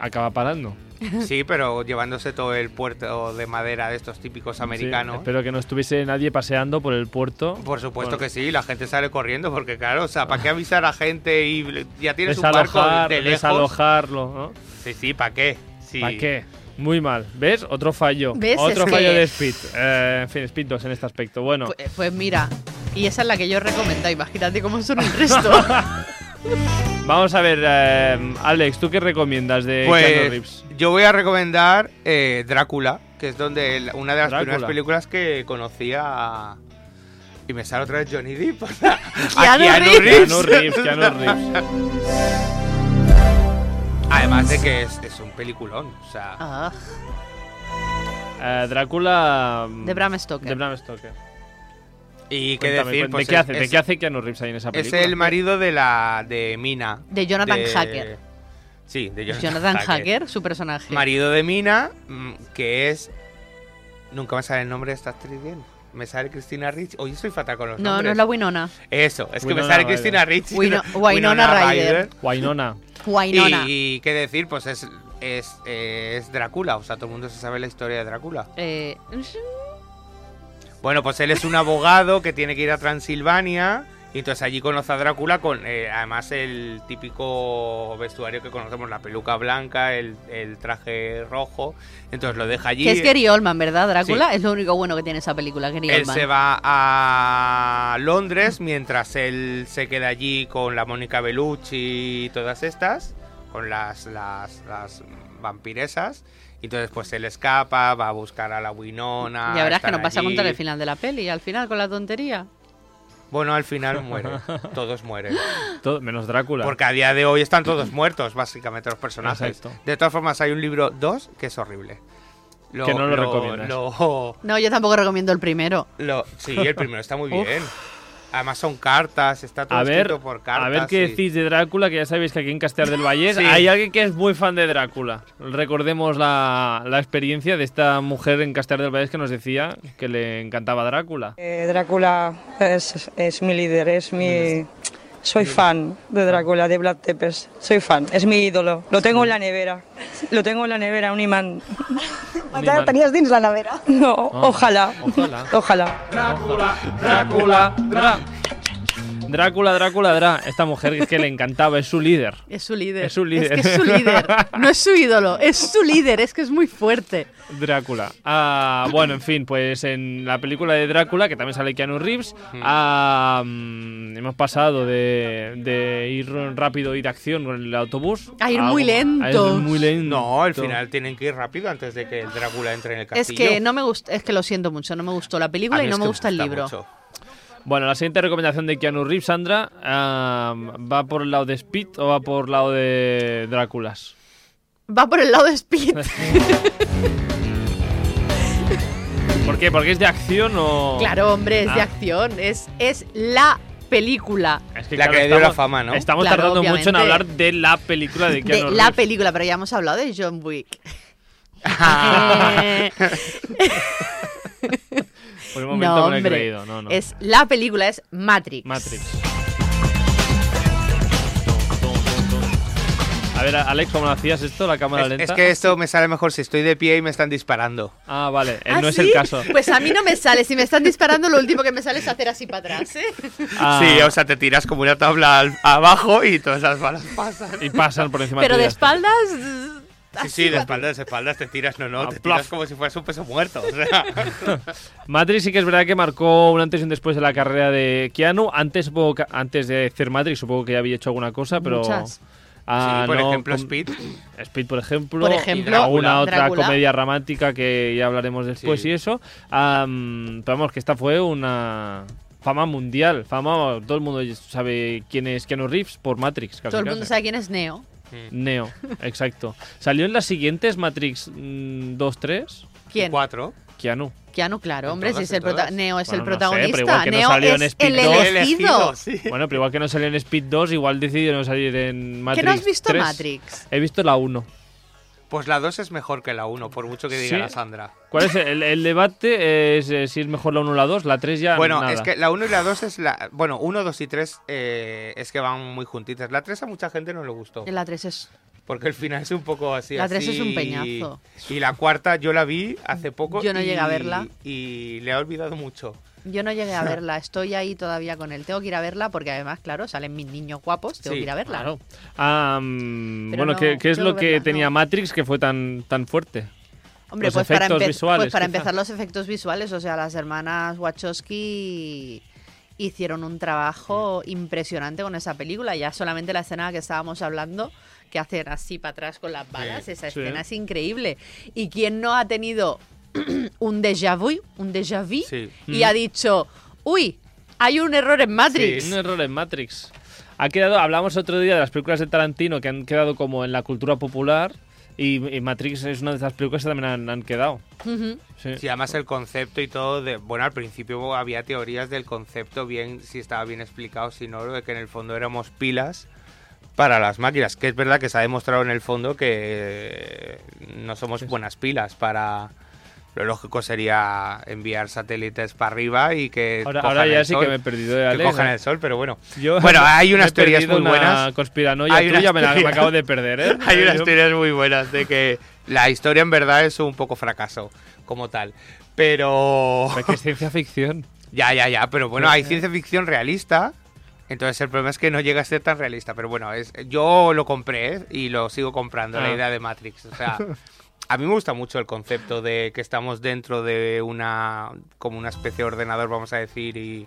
S1: Acaba parando.
S2: Sí, pero llevándose todo el puerto de madera de estos típicos americanos.
S1: Sí, espero que no estuviese nadie paseando por el puerto.
S2: ¿eh? Por supuesto
S1: Bueno,
S2: que sí, la gente sale corriendo porque claro, o sea, ¿para qué avisar a gente y le- ya tienes un barco
S1: Ah. Desalojar,
S2: de lejos?
S1: desalojarlo, ¿no?
S2: Sí, sí, ¿para qué? Sí.
S1: ¿Para qué? Muy mal. ¿Ves? Otro fallo.
S3: ¿Ves?
S1: Otro
S3: Es
S1: fallo
S3: que-
S1: de Speed. Eh, en fin, Speed 2 en este aspecto. Bueno,
S3: Pu- Pues, mira, y esa es la que yo recomiendo. Imagínate cómo son el
S2: *laughs*
S3: resto. Pues-
S1: vamos a ver, eh, Alex, ¿tú qué recomiendas de Eh, Keanu
S2: Pues
S1: Reeves?
S2: yo voy a recomendar eh, Drácula, que es donde la- una de las
S1: Drácula.
S2: primeras películas que conocía y me sale otra vez Johnny Depp.
S3: *laughs* Keanu
S2: *laughs*
S3: Reeves.
S1: Keanu Reeves, Keanu Reeves.
S2: Además de que es, es un peliculón, o sea,
S3: Ah,
S1: Eh, Drácula. mm,
S3: de Bram Stoker.
S1: de Bram Stoker.
S2: y qué
S1: Cuéntame,
S2: decir,
S1: cuen-
S2: pues
S1: ¿de, qué
S2: es-
S1: hace, ¿De
S2: es-
S1: qué hace Keanu Reeves ahí en esa
S2: es
S1: película?
S2: el marido de la de Mina.
S3: De Jonathan
S2: de-
S3: Hacker.
S2: Sí, de Jonathan,
S3: Jonathan
S2: Hacker.
S3: Hacker, su personaje.
S2: Marido de Mina, mm, que es. Nunca me sale el nombre de esta actriz bien. Me sale Cristina Rich. Hoy estoy fatal con los
S3: no, no
S2: nombres.
S3: es la Winona.
S2: Eso, es que
S1: Winona
S2: me sale
S1: Ryder.
S2: Cristina Rich. *laughs*
S3: Wino- Winona Ryder. *gasps*
S1: Guainona.
S2: Y,
S3: Winona.
S2: y qué decir, pues es, es, eh, es Drácula. O sea, todo el mundo se sabe la historia de Drácula.
S3: Eh,
S2: Bueno, pues él es un *laughs* abogado que tiene que ir a Transilvania. Y entonces allí conoce a Drácula con eh, además el típico vestuario que conocemos, la peluca blanca, el, el traje rojo. Entonces lo deja allí.
S3: que es Gary Oldman, ¿verdad? Drácula es lo único bueno que tiene esa película, Gary
S2: Él
S3: Oldman.
S2: se va a Londres mientras él se queda allí con la Mónica Bellucci y todas estas, con las, las, las vampiresas. Y entonces pues se le escapa, va a buscar a la Winona.
S3: ya verás que
S2: están
S3: nos vas a
S2: allí.
S3: contar el final de la peli, al final con la tontería.
S2: Bueno, al final
S3: *laughs*
S2: muere. Todos mueren.
S1: Todo- menos Drácula.
S2: Porque a día de hoy están todos muertos, básicamente, los personajes.
S1: Exacto.
S2: De todas formas, hay un libro 2 que es horrible. Lo-
S1: Que no lo recomiendas.
S2: lo-
S3: No, yo tampoco recomiendo el primero.
S2: lo- sí, el primero está muy bien. Además son cartas, está todo
S1: a ver,
S2: escrito por cartas.
S1: a ver qué
S2: y-
S1: decís de Drácula, que ya sabéis que aquí en Castellar del Valle
S2: Sí.
S1: hay alguien que es muy fan de Drácula. Recordemos la, la experiencia de esta mujer en Castellar del Valle que nos decía que le encantaba Drácula.
S5: Eh, Drácula es, es mi líder, es mi... Soy fan de Drácula, de Vlad Tepes. Soy fan, es mi ídolo. Lo tengo en la nevera. Lo tengo en la nevera, un imán.
S1: Un
S6: Ja
S1: imán.
S6: ho tenies dins la nevera.
S5: No,
S1: Ah,
S5: ojalá.
S1: ojalá.
S5: Ojalá.
S1: Drácula, Drácula, Drácula, Drácula, Drá. Esta mujer que es que le encantaba, es su líder.
S3: Es su líder.
S1: Es su líder.
S3: Es que es su líder. No es su ídolo, es su líder. Es que es muy fuerte.
S1: Drácula. Ah, bueno, en fin, pues en la película de Drácula, que también sale Keanu Reeves, ah, mm, hemos pasado de, de ir rápido, ir a acción con el autobús.
S3: A ir
S1: algo-
S3: muy
S1: a ir
S3: lentos.
S1: muy lento.
S2: No, al final tienen que ir rápido antes de que el Drácula entre en el
S3: Es
S2: castillo.
S3: que no me gusta, es que lo siento mucho, no me gustó la
S2: A
S3: película
S2: mí
S3: y
S2: es
S3: no
S2: que
S3: me gusta el libro. *laughs*
S2: mucho.
S1: Bueno, la siguiente recomendación de Keanu Reeves, Sandra, ah, ¿va por el lado de Speed o va por el lado de Dráculas?
S3: Va por el lado
S1: *laughs*
S3: de Speed. *laughs*
S1: ¿Por qué? ¿Porque es de acción o...?
S3: Claro, hombre, es de
S1: Ah.
S3: acción. Es, es la película.
S1: Es que,
S2: La que le dio la fama, ¿no?
S1: Estamos
S3: Claro,
S1: tardando mucho en
S3: obviamente.
S1: hablar de la película de
S3: De
S1: Keanu
S3: la
S1: Reeves.
S3: película, pero ya hemos hablado de John Wick.
S1: Ah,
S3: Eh,
S1: Por
S3: *laughs*
S1: el momento me
S3: no,
S1: lo he
S3: hombre.
S1: creído. No, no.
S3: Es la película, es Matrix.
S1: Matrix. A ver, Alex, ¿cómo lo hacías esto? La cámara
S2: Es,
S1: lenta.
S2: es que esto me sale mejor si estoy de pie y me están disparando.
S1: Ah, vale, eh,
S3: ¿Ah,
S1: no es
S3: *laughs* sí?
S1: el caso.
S3: Pues a mí no me sale. Si me están disparando, lo último que me sale es hacer así para atrás. ¿eh?
S1: Ah,
S2: Sí, o sea, te tiras como una tabla al- abajo y todas las balas pasan.
S1: Y pasan por encima
S3: Pero
S1: tuya.
S3: de espaldas.
S2: Sí, sí, de espaldas, de espaldas te tiras, no, no,
S1: Ah,
S2: te
S1: plaf.
S2: tiras como si fueras un peso muerto. o sea.
S1: Matrix sí que es verdad que marcó un antes y un después de la carrera de Keanu. Antes, supongo que- antes de hacer Matrix, supongo que ya había hecho alguna cosa, pero.
S3: Muchas.
S1: *laughs* Ah,
S2: Sí, por
S1: no,
S2: ejemplo,
S1: con-
S2: Speed.
S1: Speed, por ejemplo.
S3: Por ejemplo,
S1: y alguna otra
S3: Drácula.
S1: comedia romántica que ya hablaremos después
S2: Sí.
S1: y eso. Am, pero vamos, que esta fue una fama mundial. Fama, todo el mundo sabe quién es Keanu Reeves por Matrix. casi,
S3: Todo el
S1: casi.
S3: mundo sabe quién es Neo. *laughs*
S1: Neo, exacto. ¿Salió en las siguientes Matrix 2-3?
S3: ¿Quién?
S2: Cuatro.
S1: Keanu.
S3: Keanu, claro,
S2: En
S3: hombre, si
S2: todas,
S3: es el
S2: en todas.
S3: prota- Neo es
S1: Bueno,
S3: el
S1: no sé, pero igual
S3: protagonista.
S1: que no
S3: Neo
S1: salió en
S3: es
S1: Speed
S3: el
S1: dos.
S3: elegido.
S1: El
S2: sí.
S1: *laughs* Bueno, pero igual que no salió en Speed 2, igual decidieron salir en
S3: ¿Qué
S1: Matrix
S3: no has visto
S1: 3.
S3: Matrix?
S1: He visto la 1.
S2: Pues la dos es mejor que la uno, por mucho que diga
S1: Sí.
S2: la Sandra.
S1: ¿Cuál es el, el debate? Es eh, si es mejor la 1 o la 2. La 3 ya
S2: Bueno,
S1: nada.
S2: es que la 1 y la 2 es la. Bueno, 1, 2 y 3 es que van muy juntitas. La 3 a mucha gente no le gustó.
S3: La 3 es.
S2: Porque el final es un poco así.
S3: La tres
S2: así,
S3: es un peñazo.
S2: Y la cuarta yo la vi hace poco.
S3: Yo no
S2: y-
S3: llegué a verla.
S2: Y le he olvidado mucho.
S3: Yo no llegué a verla, estoy ahí todavía con él. Tengo que ir a verla porque además, claro, salen mis niños guapos, tengo
S2: Sí,
S3: que ir a verla.
S1: Claro. Ah, mm,
S3: Pero
S1: bueno,
S3: no,
S1: ¿qué, qué es
S3: tengo
S1: lo
S3: que
S1: que
S3: verla,
S1: tenía
S3: no.
S1: Matrix que fue tan, tan fuerte?
S3: Hombre,
S1: Los
S3: pues, para
S1: efectos
S3: empe-
S1: visuales,
S3: pues para
S1: quizá.
S3: empezar los efectos visuales, o sea, las hermanas Wachowski hicieron un trabajo impresionante con esa película. Ya solamente la escena que estábamos hablando, que hacen así para atrás con las balas, esa
S1: sí.
S3: escena es increíble. ¿Y quién no ha tenido *clears throat* un déjà vu, un déjà vu,
S2: Sí.
S3: y ha dicho, uy, hay un error en Matrix?
S1: Mm. Un error en Matrix. Ha quedado, hablamos otro día de las películas de Tarantino que han quedado como en la cultura popular y, y Matrix es una de esas películas que también han, han quedado.
S3: Ujú.
S1: Sí.
S2: Sí, además el concepto y todo. De, bueno, al principio había teorías del concepto, bien si estaba bien explicado, si no, de que en el fondo éramos pilas para las máquinas. Que es verdad que se ha demostrado en el fondo que no somos buenas pilas para. Lo lógico sería enviar satélites para arriba y que.
S1: Ahora,
S2: cojan
S1: ahora ya
S2: el
S1: sí
S2: sol.
S1: que me he perdido de
S2: Que
S1: Alex.
S2: cojan
S1: ¿eh?
S2: el sol, pero bueno.
S1: Yo-
S2: *laughs* bueno, hay
S1: me
S2: unas
S1: he
S2: teorías
S1: perdido
S2: muy
S1: una
S2: buenas.
S1: conspiranoia
S2: Hay
S1: tuya,
S2: unas
S1: me, la- me
S2: teorías.
S1: acabo de perder, ¿eh?
S2: *laughs* Hay unas
S1: Yo-
S2: teorías muy buenas de que la historia en verdad es un poco fracaso como tal. Pero...
S1: Es que es ciencia ficción.
S2: Ya, ya, ya, pero bueno, hay ciencia ficción realista. Entonces el problema es que no llega a ser tan realista. Pero bueno, es, yo lo compré ¿eh? y lo sigo comprando,
S1: Ah.
S2: la idea de Matrix.
S1: *laughs*
S2: O sea, a mí me gusta mucho el concepto de que estamos dentro de una... como una especie de ordenador, vamos a decir, y...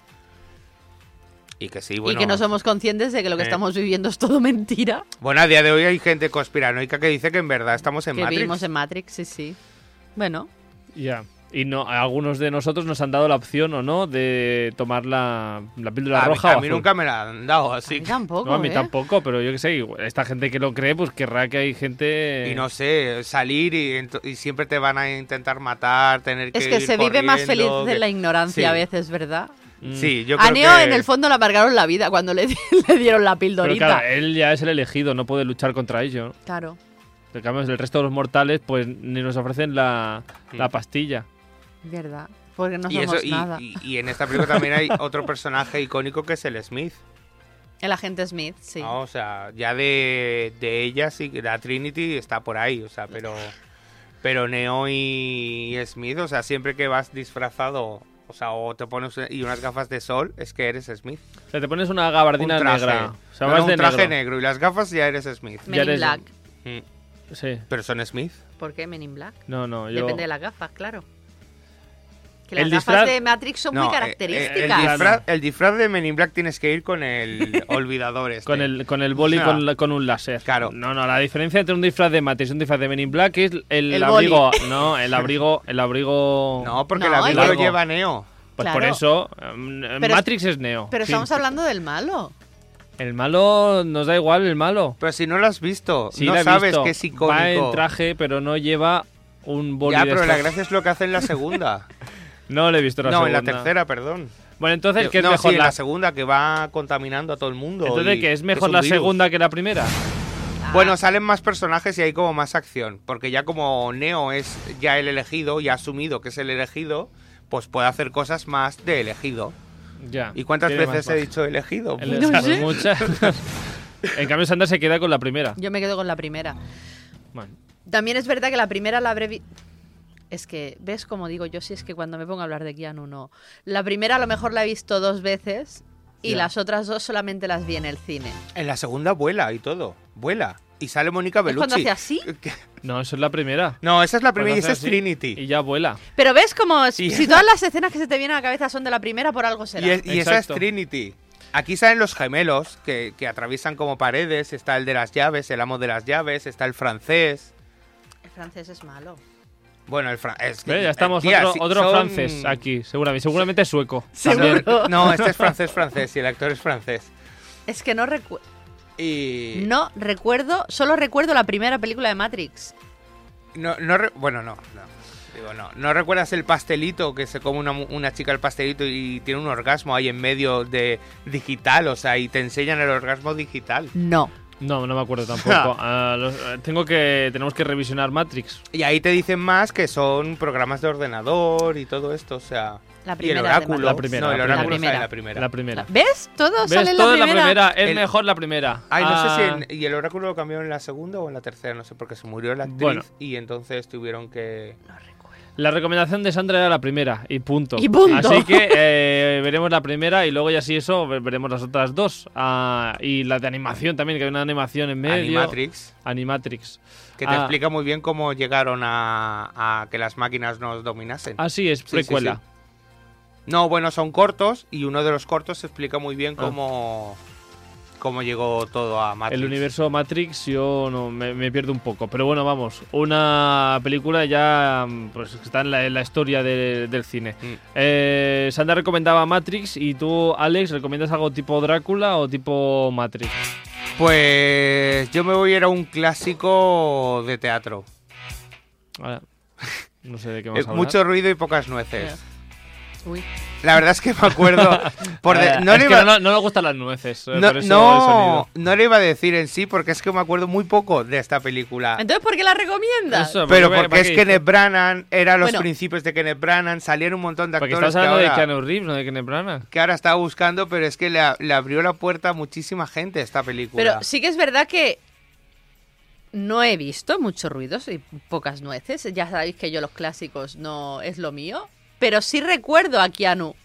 S2: Y que sí, bueno.
S3: y que no somos conscientes de que lo que
S2: eh.
S3: estamos viviendo es todo mentira.
S2: Bueno, a día de hoy hay gente conspiranoica que dice que en verdad estamos en
S3: que
S2: Matrix.
S3: vivimos en Matrix, sí, sí. Bueno,
S1: Ya. Y no, algunos de nosotros nos han dado la opción o no de tomar la, la píldora
S2: a, mí-
S1: roja.
S2: a
S1: o
S2: mí
S1: azul.
S2: nunca me la han dado,
S3: a
S2: así
S3: mí
S2: que-
S3: tampoco.
S1: No, a mí
S3: ¿eh?
S1: tampoco, pero yo qué sé, igual esta gente que lo cree, pues querrá que hay gente...
S2: Y no sé, salir y, ento- y siempre te van a intentar matar, tener que
S3: Es que
S2: ir
S3: se vive más feliz
S2: corriendo,
S3: de
S2: que-
S3: la ignorancia
S2: Sí.
S3: a veces, ¿verdad?
S1: Mm.
S2: Sí, yo creo
S3: A Neo
S2: que...
S3: en el fondo le amargaron la vida cuando le, di- *laughs* le dieron la
S1: Pero eh,
S3: pildorita.
S1: claro, él ya es el elegido, no puede luchar contra ello.
S3: Claro.
S1: En cambio, el resto de los mortales, pues ni nos ofrecen la, la pastilla.
S3: verdad. Porque no
S2: y,
S3: somos
S2: eso, y,
S3: nada.
S2: y- y en esta película también hay otro personaje icónico que es el Smith.
S3: El agente Smith, sí.
S2: ¿no? O sea, ya de, de ella sí, que la Trinity está por ahí, o sea, pero, pero Neo y Smith, o sea, siempre que vas disfrazado, o sea, o te pones y unas gafas de sol, es que eres Smith.
S1: O sea, te pones una
S2: Un
S1: gabardina
S2: traje,
S1: negra. eh. O sea,
S2: No, no,
S1: vas
S2: un
S1: de
S2: traje negro.
S1: negro.
S2: y las gafas ya eres Smith.
S1: Ya
S3: Men in
S1: eres-
S3: Black.
S2: Mm,
S1: Sí.
S2: Pero son Smith.
S3: ¿Por qué Men in Black?
S1: No, no, yo...
S3: Depende de las gafas, claro. Que las
S1: El
S3: gafas
S1: disfraz-
S3: de Matrix son
S2: No,
S3: muy
S2: eh, eh, El,
S3: características.
S2: disfraz, el disfraz de Men in Black tienes que ir con
S3: *laughs*
S2: el olvidador este.
S1: Con el, con el boli
S2: No.
S1: con, la- con un láser.
S2: Claro.
S1: No, no, la diferencia entre un disfraz de Matrix y un disfraz de Men in Black es el,
S3: El boli. *laughs*
S1: abrigo. No, el abrigo. El abrigo.
S2: No, porque
S3: No,
S2: la vida lo
S1: largo.
S2: lleva Neo.
S1: Pues
S3: claro.
S1: por eso. mm,
S3: Pero-
S1: Matrix es Neo.
S3: Pero
S1: fin.
S3: estamos hablando del malo.
S1: El malo nos da igual, el malo.
S2: Pero si no lo has visto,
S1: Sí,
S2: no
S1: la he
S2: sabes
S1: visto.
S2: que es
S1: Va en
S2: icónico.
S1: traje, pero no lleva un boli.
S2: ya,
S1: de
S2: pero la
S1: estos.
S2: gracia es lo que hace en
S1: *laughs*
S2: la segunda.
S1: No le he visto la
S2: no, en
S1: segunda.
S2: la tercera, perdón.
S1: Bueno, entonces, ¿qué es
S2: no, sí,
S1: mejor
S2: en
S1: la,
S2: la segunda que va contaminando a todo el mundo.
S1: entonces,
S2: y
S1: ¿qué es mejor
S2: un
S1: la
S2: virus.
S1: segunda que la primera?
S2: Bueno,
S3: Ah,
S2: salen más personajes y hay como más acción, porque ya como Neo es ya el elegido y ha asumido que es el elegido, pues puede hacer cosas más de elegido.
S1: Ya.
S2: ¿Y cuántas
S1: tiene
S2: veces
S1: más
S2: he dicho elegido?
S1: baja. El-
S3: No
S1: pues
S3: sé.
S1: muchas. *laughs* en cambio, Sandra se queda con la primera.
S3: Yo me quedo con la primera.
S1: Bueno.
S3: También es verdad que la primera la habré vi- Es que, ¿ves como digo yo? Si es que cuando me pongo a hablar de Keanu, no. La primera a lo mejor la he visto dos veces y
S1: Ya.
S3: las otras dos solamente las vi en el cine.
S2: En la segunda vuela y todo, vuela. Y sale Mónica
S3: ¿Es cuando
S2: Bellucci.
S3: hace así?
S2: Que-
S1: No, eso es la primera.
S2: No, esa es la
S1: Cuando
S2: primera y
S1: hace
S2: esa es
S1: así, Y
S2: Trinity.
S1: ya vuela.
S3: Pero ves como es-
S2: Sí.
S3: si todas las escenas que se te vienen a la cabeza son de la primera, por algo será.
S2: Y, es- y esa es
S1: Exacto.
S2: Trinity. Aquí salen los gemelos que, que atraviesan como paredes. Está el de las llaves, el amo de las llaves, está el francés.
S3: El francés es malo.
S2: Bueno, el francés.
S1: Ve, Ya estamos otro, otro francés aquí, seguramente. Seguramente
S2: *laughs*
S1: sueco.
S3: Seguro.
S2: No, este es francés, francés y el actor es francés.
S3: Es que no recuerdo.
S2: Y.
S3: No recuerdo, solo recuerdo la primera película de Matrix.
S2: no- no re- bueno, no, no. Digo, no. ¿No recuerdas el pastelito que se come una, mu- una chica el pastelito y tiene un orgasmo ahí en medio de digital? O sea, y te enseñan el orgasmo digital.
S3: No.
S1: No, no me acuerdo
S2: *laughs*
S1: tampoco. Ah, los- eh, tengo que, tenemos que revisionar Matrix.
S2: Y ahí te dicen más que son programas de ordenador y todo esto, o sea. y
S3: La
S2: el
S3: primera,
S2: oráculo.
S1: además. La primera,
S2: no, el
S1: la
S2: oráculo
S3: primera.
S2: sale en la primera.
S1: La primera.
S3: ¿Ves? Todo
S1: ¿Ves?
S3: sale en
S1: Todo
S3: la primera.
S1: Es
S2: El-
S1: mejor la primera.
S2: Ay, no sé
S1: Ah,
S2: si. en- ¿Y el oráculo lo cambió en la segunda o en la tercera? No sé, porque se murió la actriz
S1: Bueno.
S2: y entonces tuvieron que.
S1: La recomendación de Sandra era la primera y punto.
S3: Y punto.
S1: Así que eh, veremos la primera y luego ya si eso ve- veremos las otras dos. Ah, y la de animación también, que hay una animación en medio.
S2: Animatrix.
S1: Animatrix.
S2: Que te
S1: Ah.
S2: explica muy bien cómo llegaron a, a que las máquinas nos dominasen.
S1: Así es,
S2: sí,
S1: precuela.
S2: No, bueno, son cortos y uno de los cortos se explica muy bien
S1: Ah.
S2: cómo. cómo llegó todo a Matrix.
S1: El universo Matrix yo no, me, me pierdo un poco. Pero bueno, vamos. Una película ya mm, pues, que está en la, en la historia de- del cine.
S2: Mm.
S1: Eh, Sandra recomendaba Matrix y tú, Alex, ¿recomiendas algo tipo Drácula o tipo Matrix?
S2: Pues yo me voy a ir a un clásico de teatro.
S1: Ahora, no sé
S2: *laughs*
S1: de qué
S2: Eh,
S1: más hablar.
S2: mucho ruido y pocas nueces.
S3: Uy.
S2: La verdad es que me acuerdo.
S1: *laughs*
S2: por de-
S1: Eh,
S2: no,
S1: es
S2: le
S1: que
S2: iba,
S1: no, no le gustan las nueces. eh,
S2: no-
S1: por eso
S2: no-
S1: el sonido.
S2: no le iba a decir en sí, porque es que me acuerdo muy poco de esta película.
S3: Entonces, ¿por qué la recomiendas?
S1: Eso,
S2: Pero
S1: ¿para
S2: porque es
S1: qué
S2: Kenneth
S1: dices?
S2: Branagh, era los
S3: Bueno.
S2: principios de Kenneth Branagh, salieron un montón de
S1: Porque
S2: actores
S1: estás
S2: que
S1: hablando de
S2: ahora-
S1: Keanu Reeves, no de Kenneth Branagh.
S2: que ahora estaba buscando, pero es que le, a- le abrió la puerta a muchísima gente esta película.
S3: Pero sí que es verdad que no he visto muchos ruidos y pocas nueces. Ya sabéis que yo los clásicos no es lo mío. Pero sí recuerdo a Keanu.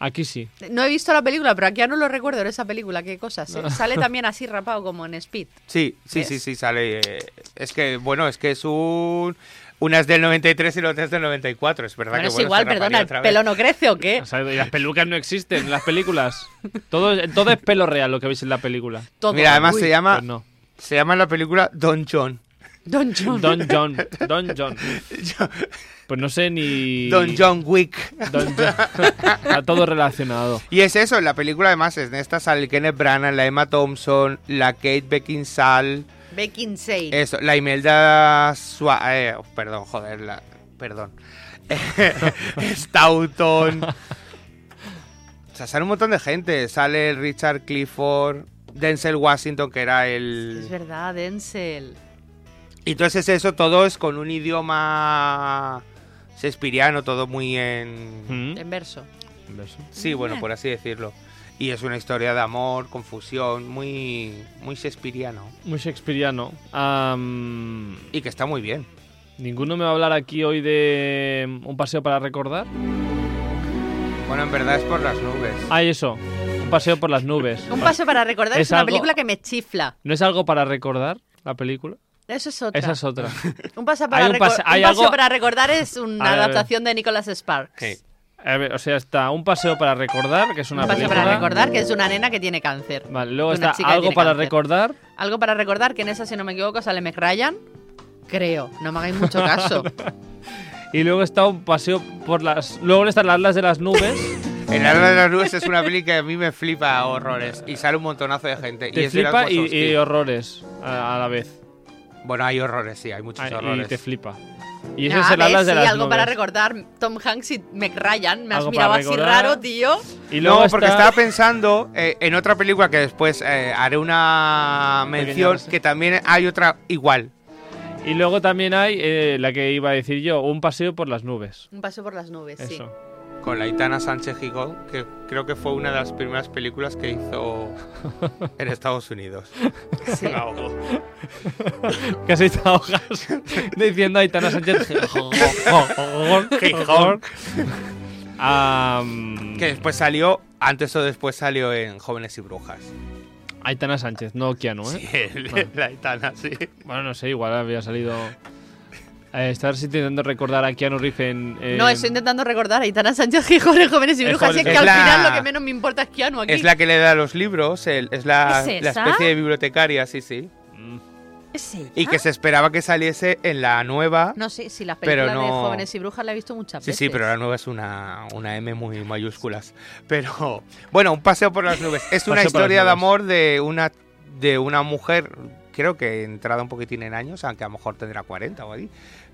S1: Aquí sí.
S3: No he visto la película, pero a Keanu lo recuerdo en esa película. Qué cosas. eh? Sale también así rapado como en Speed.
S2: Sí, sí,
S3: ¿Ves?
S2: sí, sí, sale. eh, Es que, bueno, es que es un. Una es del 93 y la otra es del 94. Es verdad
S3: Bueno,
S2: que
S3: es
S2: bueno,
S3: igual,
S2: se raparía
S3: perdona,
S2: otra
S3: ¿el
S2: vez.
S3: pelo no crece o qué?
S1: O sea, y las pelucas no existen en las películas. Todo, es- todo es pelo real lo que veis en la película.
S3: Todo.
S2: Mira, además
S3: Uy,
S2: se llama
S1: Pues no.
S2: se llama la película Don John.
S3: Don John.
S1: Don John. Don John. Pues no sé ni.
S2: Don John Wick.
S1: Don John. Está todo relacionado.
S2: Y es eso, la película además es de esta sale Kenneth Branagh, la Emma Thompson, la Kate Beckinsale,
S3: Beckinsale.
S2: eso, la Imelda Sua, eh, perdón, joder, la, perdón. *laughs* Stoughton. O sea, sale un montón de gente, sale Richard Clifford, Denzel Washington que era el
S3: Es verdad, Denzel.
S2: Y entonces eso todo es con un idioma shakespeariano, todo muy en...
S1: ¿Mm?
S3: En verso.
S2: Sí, bueno, por así decirlo. Y es una historia de amor, confusión, muy, muy shakespeariano.
S1: Muy shakespeariano. Am,
S2: Y que está muy bien.
S1: ¿Ninguno me va a hablar aquí hoy de mm, un paseo para recordar?
S2: Bueno, en verdad es por las nubes.
S1: Ah, y eso. Un paseo por las nubes.
S3: Un paso para recordar
S1: Es
S3: es, una
S1: algo-
S3: película que me chifla.
S1: ¿No es algo para recordar la película?
S3: Eso es otra.
S1: Esa es otra.
S3: Un paso para,
S1: Hay un
S3: recor-
S1: pase-
S3: un
S1: hay
S3: paso
S1: algo-
S3: para recordar es una
S1: A ver, a ver.
S3: adaptación de Nicholas Sparks.
S2: Sí.
S1: A ver, o sea, está un paseo para recordar, que es una
S3: Un paso
S1: película.
S3: para recordar que es de una nena que tiene cáncer.
S1: Vale, luego
S3: de una
S1: está
S3: chica que
S1: algo
S3: tiene
S1: para
S3: cáncer.
S1: recordar.
S3: Algo para recordar que en esa, si no me equivoco, sale Meg Ryan. Creo, no me hagáis mucho caso.
S1: Y luego está un paseo por las. Luego están las Islas de las nubes.
S2: El Alba de las Nubes es una peli que a mí me flipa a horrores. Y sale un montonazo de gente. y
S1: te
S2: es de las
S1: flipa y,
S2: Wachowski.
S1: y horrores a, a la vez.
S2: Bueno, hay horrores, sí, hay muchos
S1: Ah, y
S2: horrores.
S1: te flipa. *laughs* Y eso
S3: Ah,
S1: es el
S3: ves,
S1: Atlas de
S3: sí,
S1: las
S3: algo para
S1: nubes.
S3: recordar. Tom Hanks y Meg Ryan. Me has
S1: Algo
S3: mirado
S1: para
S3: así
S1: recordar.
S3: raro, tío.
S1: Y luego
S2: No, porque
S1: está-
S2: estaba pensando eh, en otra película que después eh, haré una
S1: Pequeña
S2: mención,
S1: reseña.
S2: que también hay otra igual.
S1: Y luego también hay eh, la que iba a decir yo, un paseo por las nubes.
S3: Un paso por las nubes, sí.
S1: Eso.
S2: Con la Itana Sánchez Gijón, que creo que fue una de las primeras películas que hizo
S1: *laughs*
S2: en Estados Unidos.
S3: Sí.
S2: Me ahogo.
S1: Casi te ahogas *laughs* diciendo a Aitana Sánchez Gijón.
S2: Gijón.
S1: Am,
S2: que después salió, antes o después salió en Jóvenes y Brujas. *laughs*
S1: Aitana Sánchez, no Keanu, ¿eh?
S2: Sí, la Itana, sí.
S1: Bueno, no sé, igual había salido... Eh, estás intentando recordar a Keanu Reeves en... en-
S3: No, estoy intentando recordar a Itana Sánchez Gijón en Jóvenes y
S1: eh, Es
S3: Brujas. Y
S1: joven-
S3: es que
S2: es
S3: al
S2: la-
S3: final lo que menos me importa es Keanu aquí.
S2: Es la que le da los libros, el- es, la,
S4: ¿Es
S2: la
S4: esa?
S2: especie de bibliotecaria, sí, sí.
S1: Mm,
S4: ¿Es ella?
S2: Y que se esperaba que saliese en la nueva.
S3: Ah. No sé si las
S2: Pero
S3: películas de
S2: no-
S3: Jóvenes y Brujas la he visto muchas
S2: Sí,
S3: veces.
S2: sí, pero la nueva es una, una M muy mayúsculas. Pero bueno, un paseo por las nubes. Es
S1: Paseo por
S2: una
S1: las
S2: historia de
S1: nubes.
S2: amor de una, de una mujer, creo que entrada un poquitín en años, aunque a lo mejor tendrá 40 o ahí.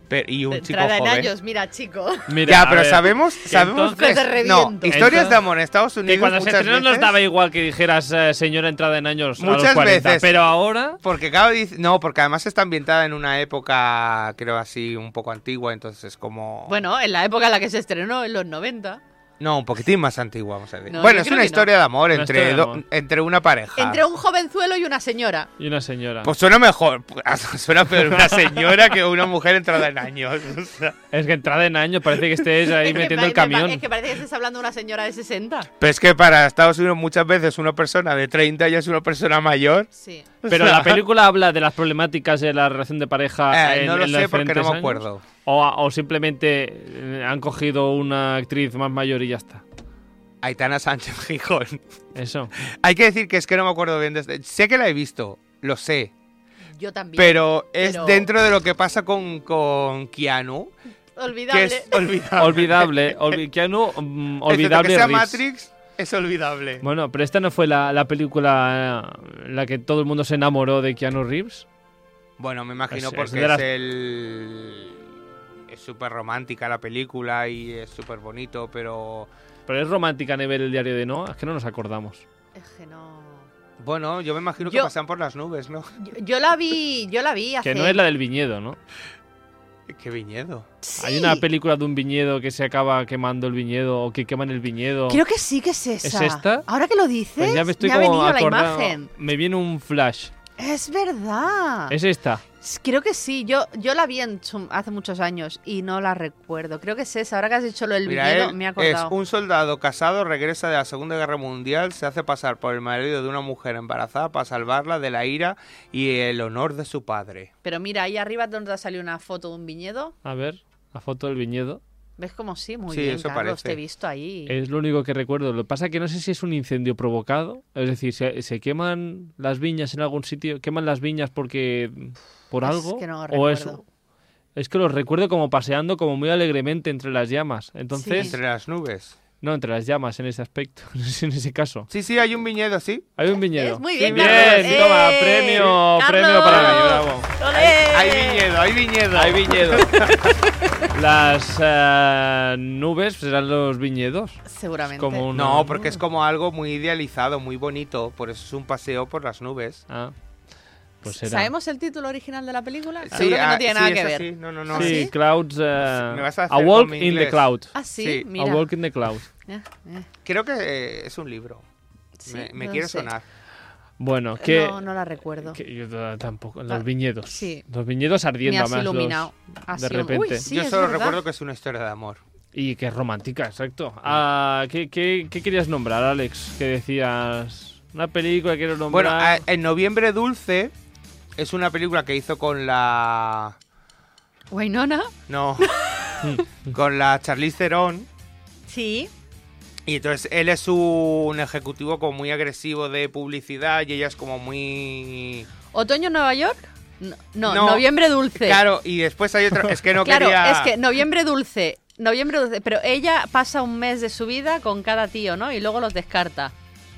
S2: Pero, y un chico
S3: Entrada en
S2: joven.
S3: años, mira, chico.
S1: Mira,
S2: ya,
S1: a
S2: pero
S1: ver,
S2: sabemos, sabemos
S1: entonces-
S3: Que te
S2: no,
S3: reviento.
S2: historias de
S1: Entonces-
S2: amor en Estados Unidos
S1: Que cuando se
S2: muchas
S1: estrenó nos
S2: veces-
S1: daba igual que dijeras eh, señora entrada en años a los
S2: Muchas
S1: 40,
S2: veces.
S1: pero ahora...
S2: Porque cada dice, no, porque además está ambientada en una época, creo así, un poco antigua, entonces como
S3: *laughs* Bueno, en la época en la que se estrenó, en los 90.
S2: no, un poquitín más antigua, vamos a decir.
S3: No,
S2: bueno,
S3: yo
S2: es
S3: creo
S2: una
S3: que no.
S2: historia de amor
S1: Una
S2: entre
S1: historia de
S2: do-
S1: amor.
S2: entre una pareja.
S3: Entre un jovenzuelo y una señora.
S1: Y una señora.
S2: Pues suena mejor, *laughs* suena peor una señora que una mujer entrada en años. o sea.
S1: Es que entrada en años parece que estés ahí
S3: *laughs* Es que
S1: metiendo el
S3: pa- me pa-
S1: camión.
S3: Es que parece que estés hablando de una señora de 60.
S2: Pero es que para Estados Unidos muchas veces una persona de 30 ya es una persona mayor.
S3: Sí.
S1: Pero la película habla de las problemáticas de la relación de pareja.
S2: Eh,
S1: Ah, en-
S2: no lo
S1: en los
S2: sé porque no
S1: diferentes
S2: me acuerdo.
S1: años. O, o simplemente eh, han cogido una actriz más mayor y ya está.
S2: Aitana Sánchez Gijón. *laughs*
S1: Eso.
S2: Hay que decir que es que no me acuerdo bien. desde- Sé que la he visto, lo sé.
S3: Yo también.
S2: Pero es
S3: pero-
S2: dentro de lo que pasa con, con Keanu, que
S3: Olvidable.
S2: es olvidable.
S1: Olvidable. olvi- Keanu, mm, *laughs*
S2: Excepto
S1: olvidable.
S2: que sea
S1: Reeves.
S2: Matrix, es olvidable.
S1: Bueno, pero esta no fue la, la película eh, en la que todo el mundo se enamoró de Keanu Reeves.
S2: Bueno, me imagino
S1: Es- es
S2: porque
S1: de las-
S2: es el. Es súper romántica la película y es súper bonito, pero.
S1: Pero es romántica a nivel el diario de Noah. Es que no nos acordamos.
S3: Es que no.
S2: Bueno, yo me imagino que
S3: Yo-
S2: pasan por las nubes, ¿no? *laughs*
S3: Yo, yo la vi, yo la vi hace.
S1: Que no es la del viñedo, ¿no?
S2: Qué viñedo.
S3: Sí.
S1: Hay una película de un viñedo que se acaba quemando el viñedo o que queman el viñedo.
S3: Creo que sí que es esa.
S1: esta?
S3: Ahora que lo dices,
S1: Pues ya me
S3: me,
S1: estoy
S3: ha
S1: como
S3: venido la
S1: acordando-
S3: imagen.
S1: Me viene un flash.
S3: Es verdad.
S1: Es esta.
S3: Creo que sí, yo, yo la vi en su- hace muchos años y no la recuerdo. Creo que es esa, ahora que has dicho lo del
S2: Mira,
S3: viñedo,
S2: él
S3: me
S2: es
S3: he acordado.
S2: un soldado casado, regresa de la Segunda Guerra Mundial, se hace pasar por el marido de una mujer embarazada para salvarla de la ira y el honor de su padre.
S3: Pero mira, ahí arriba donde ha salido una foto de un viñedo,
S1: A ver, la foto del viñedo.
S3: ¿ves como sí? Muy
S2: Sí,
S3: bien,
S2: eso
S3: Carlos,
S2: parece.
S3: te he visto ahí.
S1: Es lo único que recuerdo. Lo que pasa que no sé si es un incendio provocado. Es decir, se, se queman las viñas en algún sitio. Queman las viñas porque. por
S3: Es
S1: algo.
S3: que no
S1: o es,
S3: recuerdo.
S1: es que los recuerdo como paseando como muy alegremente entre las llamas. Entonces.
S2: Entre las nubes.
S1: No, entre las llamas en ese aspecto. *laughs* en ese caso.
S2: Sí, sí, hay un viñedo así.
S1: Hay un viñedo.
S3: Es muy bien,
S1: bien,
S3: Carlos.
S1: toma,
S3: ¡Eh!
S1: premio, premio para mí,
S3: ¡Carlos!
S1: bravo.
S3: ¡Olé!
S2: Hay viñedo, hay viñedo.
S1: Hay viñedos. Las eh, nubes serán los viñedos.
S3: Seguramente.
S1: Como un-
S2: *laughs* No, porque es como algo muy idealizado, muy bonito, por eso es un paseo por las nubes.
S1: Ah, pues será.
S3: ¿Sabemos el título original de la película? Seguro que
S2: ah,
S3: no tiene
S2: sí,
S3: nada
S2: es
S3: que ver. ¿Ah,
S2: así. No, no, no.
S1: sí,
S3: ¿sí?
S1: clouds. eh,
S2: Me vas a
S1: a,
S2: hacer con
S1: walk
S2: mi
S1: in the
S2: inglés.
S1: cloud.
S3: Ah, sí,
S2: Sí.
S3: mira.
S1: A walk in the cloud.
S3: Eh, eh,
S2: Creo que eh, es un libro.
S3: sí,
S2: me me
S3: no
S2: quiere
S3: sé.
S2: sonar.
S1: Bueno, que.
S3: Eh, No, no la recuerdo.
S1: que yo t- tampoco.
S3: Ah,
S1: Los viñedos.
S3: sí.
S1: Los viñedos
S3: Me
S1: ardiendo
S3: has
S1: además, los-
S3: iluminado. Ha sido- Uy,
S1: repente.
S3: sí,
S2: Yo
S3: es
S2: solo
S3: verdad.
S2: recuerdo que es una historia de amor.
S1: Y que es romántica, exacto. Ah, ¿qué, qué, qué querías nombrar, Alex? Que decías. Una película que quiero nombrar.
S2: Bueno, ah, a- en Noviembre Dulce es una película que hizo con la.
S3: Winona.
S2: No. con la Charlize Theron.
S3: Sí.
S2: Y entonces él es un ejecutivo como muy agresivo de publicidad y ella es como muy.
S3: ¿Otoño en Nueva York? No, no,
S2: No.
S3: noviembre dulce.
S2: Claro, y después hay otro. Es que no
S3: Claro,
S2: quería.
S3: es que noviembre dulce. Noviembre dulce. Pero ella pasa un mes de su vida con cada tío, ¿no? Y luego los descarta.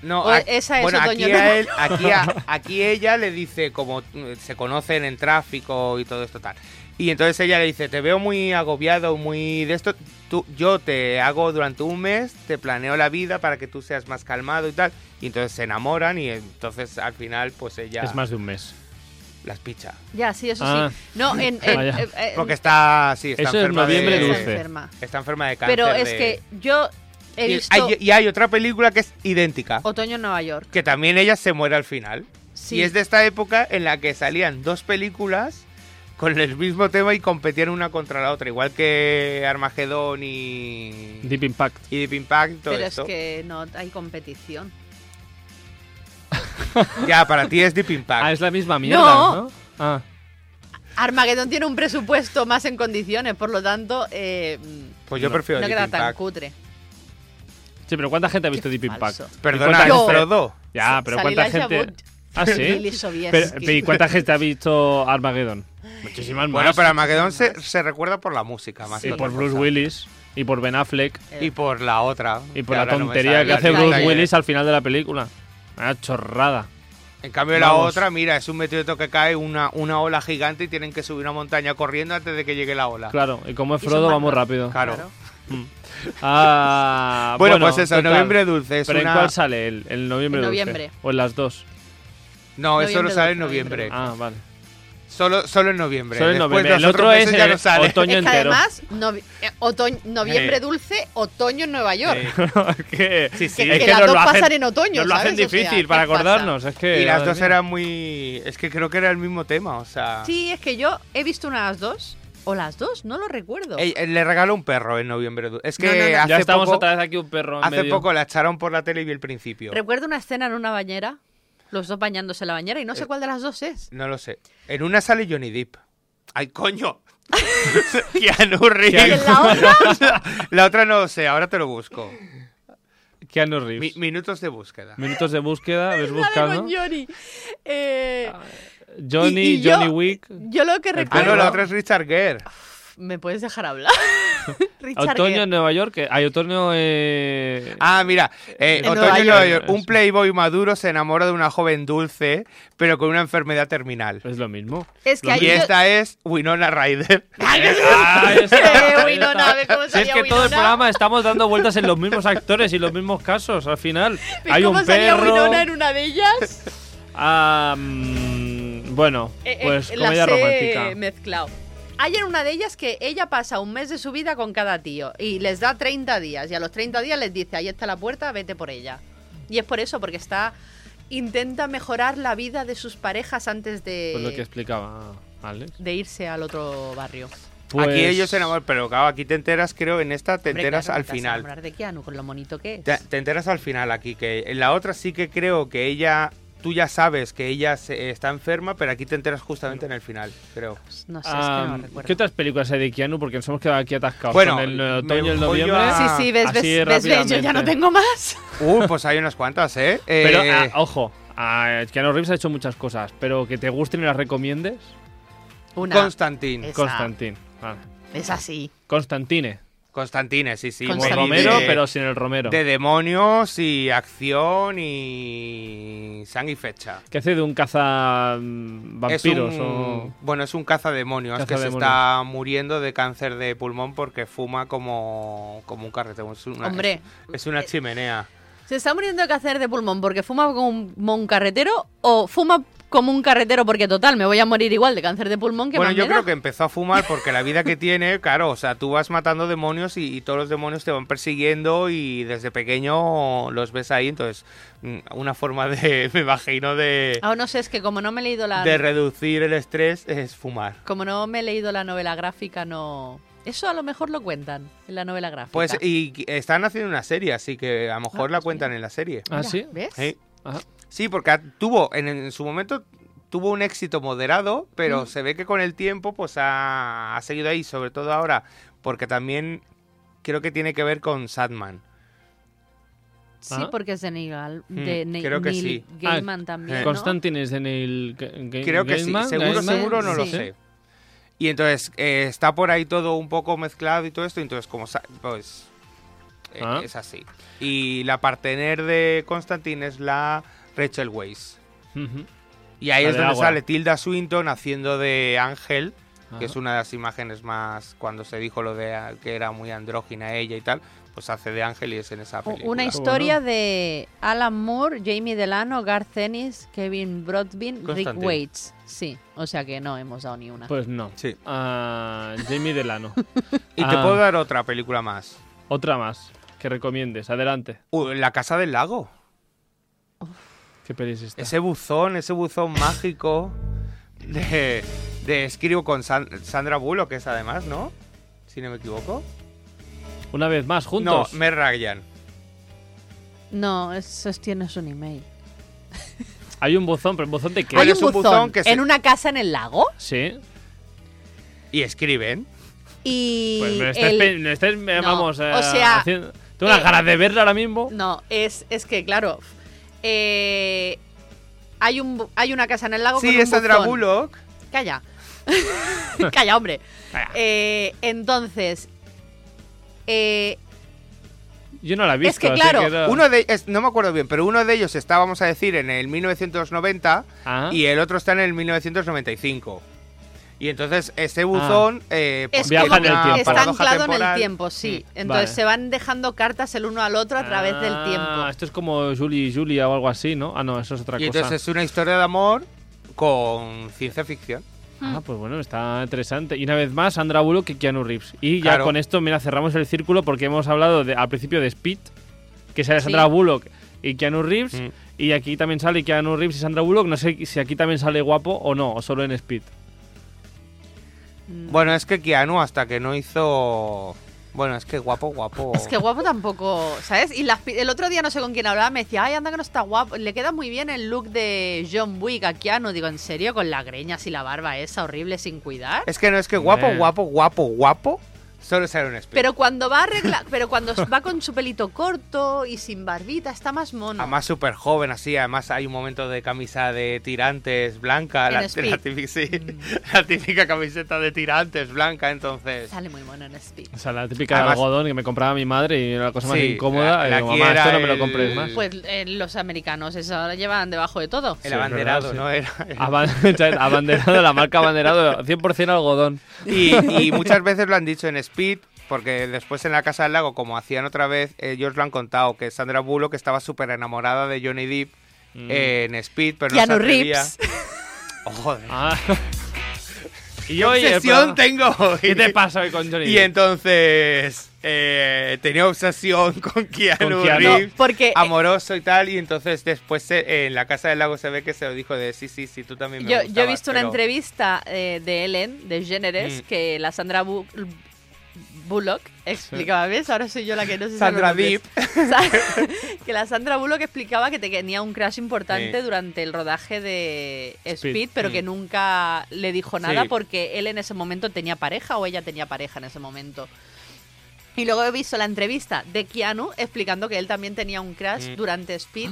S2: No,
S3: O
S2: a-
S3: esa es
S2: bueno,
S3: otoño,
S2: aquí,
S3: ¿no?
S2: a
S3: *laughs*
S2: él- aquí, a- aquí ella le dice, como mm, se conocen en tráfico y todo esto tal. Y entonces ella le dice, te veo muy agobiado, muy de esto. Tú, yo te hago durante un mes, te planeo la vida para que tú seas más calmado y tal. Y entonces se enamoran y entonces al final pues ella
S1: Es más de un mes.
S2: las picha.
S3: Ya, sí, eso
S1: Ah.
S3: sí.
S1: *laughs*
S3: No, en. en-
S1: Vaya.
S3: eh, eh,
S2: Porque está, sí, está
S1: Eso es
S2: enferma
S1: noviembre
S2: de,
S3: está
S1: dulce.
S3: enferma.
S2: Está enferma de cáncer.
S3: Pero es
S2: de-
S3: que yo he
S2: y,
S3: visto
S2: hay, y hay otra película que es idéntica.
S3: Otoño en Nueva York.
S2: que también ella se muere al final.
S3: Sí.
S2: Y es de esta época en la que salían dos películas con el mismo tema y competían una contra la otra, igual que Armagedón y,
S1: Deep Impact.
S2: y Deep Impact y todo
S3: Pero
S2: esto.
S3: es que no hay competición.
S2: Ya, para ti es Deep Impact.
S1: Ah, es la misma mierda,
S3: No.
S1: ¿no? Ah.
S3: Armageddon tiene un presupuesto más en condiciones, por lo tanto, eh,
S2: Pues yo
S1: No.
S2: prefiero
S3: no
S2: Deep
S3: queda tan
S2: Impact.
S3: cutre.
S1: Sí, pero ¿cuánta gente ha visto
S3: Qué
S1: Deep Impact?
S3: falso.
S1: ¿Y
S2: Perdona,
S1: cuánta
S3: Yo-
S1: gente-
S2: Frodo.
S1: Ya, pero
S3: Salí
S1: ¿cuánta
S3: Elijah
S1: gente...?
S3: Wood,
S1: Ah,
S3: *laughs* Lily
S1: sí. Pero,
S3: Sobieski.
S1: pero ¿Y cuánta gente ha visto Armageddon? Muchísimas más.
S2: Bueno, pero Armagedón se, se recuerda por la música más
S1: Y
S2: que
S1: por
S2: otra
S1: Bruce
S2: cosa.
S1: Willis, y por Ben Affleck,
S2: Y por la otra.
S1: y por
S2: que
S1: la
S2: ahora no me
S1: tontería
S2: sale
S1: que hace
S2: el
S1: Bruce
S2: detalle.
S1: Willis al final de la película. Una chorrada.
S2: En cambio, la
S1: Vamos.
S2: otra, mira, es un meteorito que cae, una, una ola gigante y tienen que subir una montaña corriendo antes de que llegue la ola.
S1: Claro, y como es
S3: Y son
S1: Frodo,
S3: más
S1: vamos
S3: guapos.
S1: rápido.
S2: Claro.
S1: Ah,
S2: Bueno, pues eso,
S1: total.
S2: noviembre dulce. Es
S1: ¿Pero
S2: una...
S1: en cuál sale? ¿El, el noviembre
S3: En
S1: dulce?
S3: noviembre.
S1: ¿O en las dos?
S2: No, eso no
S3: Noviembre
S2: sale en
S3: dulce,
S2: noviembre.
S1: Ah,
S2: *laughs*
S1: vale.
S2: Solo, solo en noviembre.
S1: Solo en
S2: Después
S1: noviembre.
S2: de los
S1: El otro
S2: otros
S1: es
S2: meses ya
S1: el
S2: no sale. *laughs*
S1: otoño
S3: Es que
S1: entero.
S3: además, novi- eh, otoño- noviembre
S2: Eh.
S3: dulce, otoño en Nueva York.
S2: Sí.
S1: que,
S2: Sí, sí.
S1: es
S3: Que,
S1: que
S3: las
S1: nos
S3: dos
S1: lo hacen-
S3: pasan en otoño.
S1: nos lo hacen
S3: ¿sabes? O sea,
S1: difícil
S3: ¿qué
S1: para
S3: pasa?
S1: acordarnos. Es que,
S2: Y las
S1: madre
S2: dos
S1: mía.
S2: eran muy. Es que creo que era el mismo tema, o sea.
S3: Sí, es que yo he visto unas dos. O las dos, no lo recuerdo.
S2: Ey, eh, le regaló un perro en noviembre. du- Es que
S3: No, no, no. Ya
S1: Ya
S2: hace,
S1: estamos
S2: poco,
S1: otra vez aquí un perro en
S2: hace
S1: medio.
S2: poco la echaron por la tele y vi el principio.
S3: Recuerdo una escena en una bañera, los dos bañándose en la bañera, y no sé cuál de las dos es.
S2: No lo sé. En una sale Johnny Depp. ¡Ay,
S3: *laughs*
S2: coño! *laughs* Keanu Reeves.
S3: ¿Y en la
S2: otra? *laughs* la otra no lo sé, ahora te lo busco.
S1: Keanu Reeves.
S2: Mi- minutos de búsqueda.
S1: Minutos de búsqueda,
S3: *laughs*
S1: ves
S3: La de
S1: buscando.
S3: con Johnny. Eh,
S1: Johnny,
S3: Y- y yo-
S1: Johnny Wick.
S3: yo lo que
S2: Ah,
S3: recuerdo.
S2: no, la otra es Richard Gere.
S3: ¿Me puedes dejar hablar? *laughs* Richard
S1: Otoño
S3: Gere.
S1: en Nueva York. eh, Hay otoño. Eh...
S2: Ah, mira, eh,
S3: En
S2: Otoño
S3: Nueva
S2: en Nueva
S1: York.
S2: York. Un playboy maduro se enamora de una joven dulce, pero con una enfermedad terminal.
S1: Es lo mismo.
S3: Es
S1: Pues,
S3: que
S1: Lo
S3: hay-
S2: Y
S1: mismo.
S3: yo-
S2: esta es
S1: *laughs*
S2: Winona Ryder.
S1: Ahí está, ahí
S3: Eh,
S1: Ah, está.
S3: Winona, a ver cómo
S1: Si es
S3: salía
S1: que todo el
S3: Winona.
S1: programa estamos dando vueltas en los mismos actores y los mismos casos, al
S3: *laughs*
S1: final.
S3: ¿Pero
S1: Hay
S3: cómo
S1: un
S3: salía
S1: perro.
S3: Winona en una de ellas?
S1: ah, mm, bueno,
S3: Eh, eh,
S1: pues
S3: las
S1: comedia
S3: he
S1: romántica.
S3: mezclado. Hay en una de ellas que ella pasa un mes de su vida con cada tío y les da 30 días y a los 30 días les dice, ahí está la puerta, vete por ella. Y es por eso, porque está... Intenta mejorar la vida de sus parejas antes de...
S2: Pues
S1: Pues lo que explicaba Alex.
S3: de irse al otro barrio.
S1: Pues-
S2: Aquí ellos se enamoran, pero claro, aquí te enteras, creo, en esta te
S3: Hombre,
S2: enteras
S3: claro,
S2: al
S3: te vas a
S2: final.
S3: enamorar de Keanu con lo bonito que es.
S2: Te, te enteras al final aquí, que en la otra sí que creo que ella, tú ya sabes que ella se- está enferma, pero aquí te enteras justamente en el final, creo.
S3: Pues No sé, es que no
S1: Ah,
S3: recuerdo.
S1: ¿Qué otras películas hay de Keanu? Porque nos hemos quedado aquí atascados
S2: Bueno,
S1: con el
S2: me
S1: otoño y el
S2: voy yo
S1: noviembre.
S2: a-
S3: sí, sí, ves,
S1: así
S3: ves, ves, ves, yo ya no
S1: rápidamente.
S2: *laughs*
S3: tengo más.
S2: Uh, pues hay unas cuantas, ¿eh? Eh,
S1: Pero, ah, ojo, ah, Keanu Reeves ha hecho muchas cosas, pero que te gusten y las recomiendes,
S3: Una.
S2: Constantine.
S3: Esa.
S1: Constantine. Ah,
S3: Es así.
S1: Constantine.
S2: Constantine, sí, sí.
S1: Con
S3: Constantine.
S2: peli
S1: Pues Romero,
S2: de-
S1: pero sin el Romero.
S2: De demonios y acción y sangre y fecha.
S1: Que hace de un caza mm, vampiros
S2: es un,
S1: o...
S2: Bueno, es un cazademonios que se
S1: Cazademonios.
S2: está muriendo de cáncer de pulmón porque fuma como, como un carrete. Es una,
S3: Hombre. Eh,
S2: Es, una chimenea.
S3: ¿Se está muriendo de cáncer de pulmón porque fuma como un, como un carretero o fuma como un carretero porque total, me voy a morir igual de cáncer de pulmón que
S2: Bueno,
S3: más
S2: yo
S3: me
S2: creo
S3: da?
S2: que empezó a fumar porque la vida que tiene, claro, o sea, tú vas matando demonios y, y todos los demonios te van persiguiendo y desde pequeño los ves ahí. Entonces, mm, una forma de, *laughs* me imagino, de,
S3: Ah, no sé, es que como no me he leído la
S2: de reducir el estrés es fumar.
S3: como no me he leído la novela gráfica, no eso a lo mejor lo cuentan en la novela gráfica.
S2: Pues, y están haciendo una serie, así que a lo mejor la cuentan en la serie.
S1: ¿Ah,
S3: Mira,
S1: pues sí?
S3: ¿Ves?
S2: Sí.
S1: Ah,
S2: Sí, porque ha- tuvo, en, en su momento tuvo un éxito moderado, pero se ve que con el tiempo pues ha, ha seguido ahí, sobre todo ahora, porque también creo que tiene que ver con Sadman.
S3: Sí,
S1: Ah.
S3: porque es de Neil, Gal-
S2: Mm,
S3: de Ne-
S2: creo que
S3: Neil
S2: sí.
S3: Gaiman también,
S2: eh.
S3: ¿no?
S1: Constantine es de Neil Ga- Ga-
S2: Creo que
S1: Eh, Gaiman,
S2: sí, seguro,
S1: Gaiman,
S2: seguro no lo
S1: sí.
S2: sé. Y entonces eh, está por ahí todo un poco mezclado y todo esto, entonces como sa- pues eh,
S1: Ah.
S2: es así. Y la partener de Constantine es la Rachel Weisz.
S1: Ujú.
S2: Y ahí
S1: La
S2: es
S1: del
S2: donde
S1: agua.
S2: sale Tilda Swinton haciendo de Ángel,
S1: Ajá.
S2: que es una de las imágenes más cuando se dijo lo de ah, que era muy andrógina ella y tal, pues hace de Ángel y es en esa película.
S3: Una historia de Alan Moore, Jamie Delano, Garth Ennis, Kevin Broadbent, Rick
S2: Constantine.
S3: Waits. Sí, o sea que no hemos dado ni una.
S1: Pues no.
S2: Sí.
S1: Ah, Jamie Delano. *laughs*
S2: Y te
S1: Ah.
S2: puedo dar otra película más.
S1: Otra más que recomiendes. Adelante.
S2: Uh, La casa del lago.
S1: ¿Qué peli es esta?
S2: Ese buzón, ese buzón mágico de, de escribo con San- Sandra Bullock, que es además, ¿no? Si no me equivoco.
S1: Una vez más, juntos.
S2: No, Mer Ryan.
S3: No, eso es- tienes un email.
S1: Hay un buzón, pero ¿el buzón de qué?
S2: Hay
S3: Hay
S2: es
S3: un
S2: un
S3: buzón,
S2: buzón que se-
S3: en una casa en el lago
S1: Sí.
S2: Y escriben.
S3: y
S1: Pues me estés,
S3: el-
S1: pe- me estés, eh,
S3: No,
S1: vamos,
S3: o
S1: eh,
S3: sea,
S1: haciendo- Tengo unas
S3: eh,
S1: ganas de verla ahora mismo.
S3: no es es que claro eh, hay un bu- hay una casa en el lago con
S2: Sí,
S3: un
S2: es Sandra
S3: buzón.
S2: Bullock. *laughs*
S3: Calla. Calla, hombre.
S1: Calla.
S3: Eh, entonces, eh,
S1: Yo no la he visto.
S3: es que
S1: así
S3: claro,
S1: era-
S2: Uno de es- no me acuerdo bien, pero uno de ellos está, vamos a decir, en el 1990
S1: Ah,
S2: y el otro está en el 1995. Y entonces ese buzón eh, pues,
S3: es
S1: Viaja
S3: como
S1: en el
S2: una
S1: tiempo.
S3: que está
S2: paradoja
S3: anclado en el
S2: temporal.
S3: tiempo, sí.
S2: Mm,
S3: Entonces
S1: vale.
S3: se van dejando cartas el uno al otro a través del
S1: Ah,
S3: tiempo.
S1: Esto es como Julie y Julia o algo así, ¿no? Ah, no, eso es otra
S2: Y
S1: cosa.
S2: entonces es una historia de amor con ciencia ficción.
S1: Ah, pues bueno, está interesante. Y una vez más, Sandra Bullock y Keanu Reeves. Y ya
S2: Claro.
S1: con esto, mira, cerramos el círculo porque hemos hablado de- al principio de Speed, que sale
S3: Sí.
S1: Sandra Bullock y Keanu Reeves.
S2: Mm.
S1: Y aquí también sale Keanu Reeves y Sandra Bullock. No sé si aquí también sale guapo o no, o solo en Speed.
S3: Mm.
S2: Bueno, es que Keanu hasta que no hizo... Bueno, es que guapo, guapo.
S3: Es que guapo tampoco, ¿sabes? Y las pi- el otro día no sé con quién hablaba, me decía, ay, anda que no está guapo. Le queda muy bien el look de John Wick a Keanu. Digo, ¿en serio? Con las greñas y la barba esa horrible sin cuidar.
S2: Es que no, es que guapo,
S1: Hombre.
S2: guapo, guapo, guapo. Solo sale un espíritu.
S3: Pero cuando va a arregla- pero cuando va con su pelito corto y sin barbita, está más mono.
S2: Además súper joven, así. Además hay un momento de camisa de tirantes blanca.
S3: En
S2: La,
S3: Speed. Mm.
S2: la típica, sí, *laughs* la típica camiseta de tirantes blanca, entonces...
S3: Sale muy mono en Speed.
S1: O sea, la típica de
S2: Además-
S1: algodón que me compraba mi madre y era la cosa más
S2: Sí,
S1: incómoda.
S2: la-
S1: y
S2: la
S1: digo,
S2: que
S1: mamá,
S2: era
S1: esto no me lo
S2: el-
S1: compres más.
S3: Pues eh, los americanos, eso ahora llevan debajo de todo.
S2: El
S1: Sí, es
S2: abanderado,
S1: verdad,
S2: ¿no? Era,
S1: *laughs*
S3: *laughs*
S1: Aban- *laughs* abanderado, la marca abanderado, 100% algodón.
S2: Y, y muchas veces lo han dicho en Speed, porque después en la Casa del Lago, como hacían otra vez, ellos lo han contado, que Sandra Bullock estaba súper enamorada de Johnny Depp
S1: Mm.
S2: eh, en Speed, pero *laughs*
S3: Keanu
S2: no se atrevía.
S3: Reeves.
S2: Oh, joder.
S1: Ah, *laughs* Y
S2: ¿Qué
S1: yo hoy el programa-
S2: obsesión tengo hoy?
S1: ¿Qué Ah.
S2: *laughs*
S1: te pasa hoy con Johnny
S2: Y
S1: Depp?
S2: entonces eh, tenía obsesión *laughs* con Keanu,
S1: Con Keanu.
S2: Reeves,
S3: No, porque, eh,
S2: amoroso y tal, y entonces después se- eh, en la casa del lago se ve que se lo dijo de sí, sí, sí, tú también me
S3: Yo, yo he
S2: gustabas,
S3: visto una
S2: pero-
S3: entrevista eh, de Ellen, de Géneres,
S2: Mm.
S3: que la Sandra Bu- Bullock explicaba, ¿ves? Ahora soy yo la que no sé si
S2: Sandra
S3: los nombres. *laughs* Sa- que la Sandra Bullock explicaba que tenía un crash importante
S2: Sí.
S3: durante el rodaje de Speed,
S1: Speed.
S3: pero
S2: Mm.
S3: que nunca le dijo nada
S2: Sí.
S3: porque él en ese momento tenía pareja o ella tenía pareja en ese momento. Y luego he visto la entrevista de Keanu explicando que él también tenía un crash
S2: Mm. *gasps*
S3: durante Speed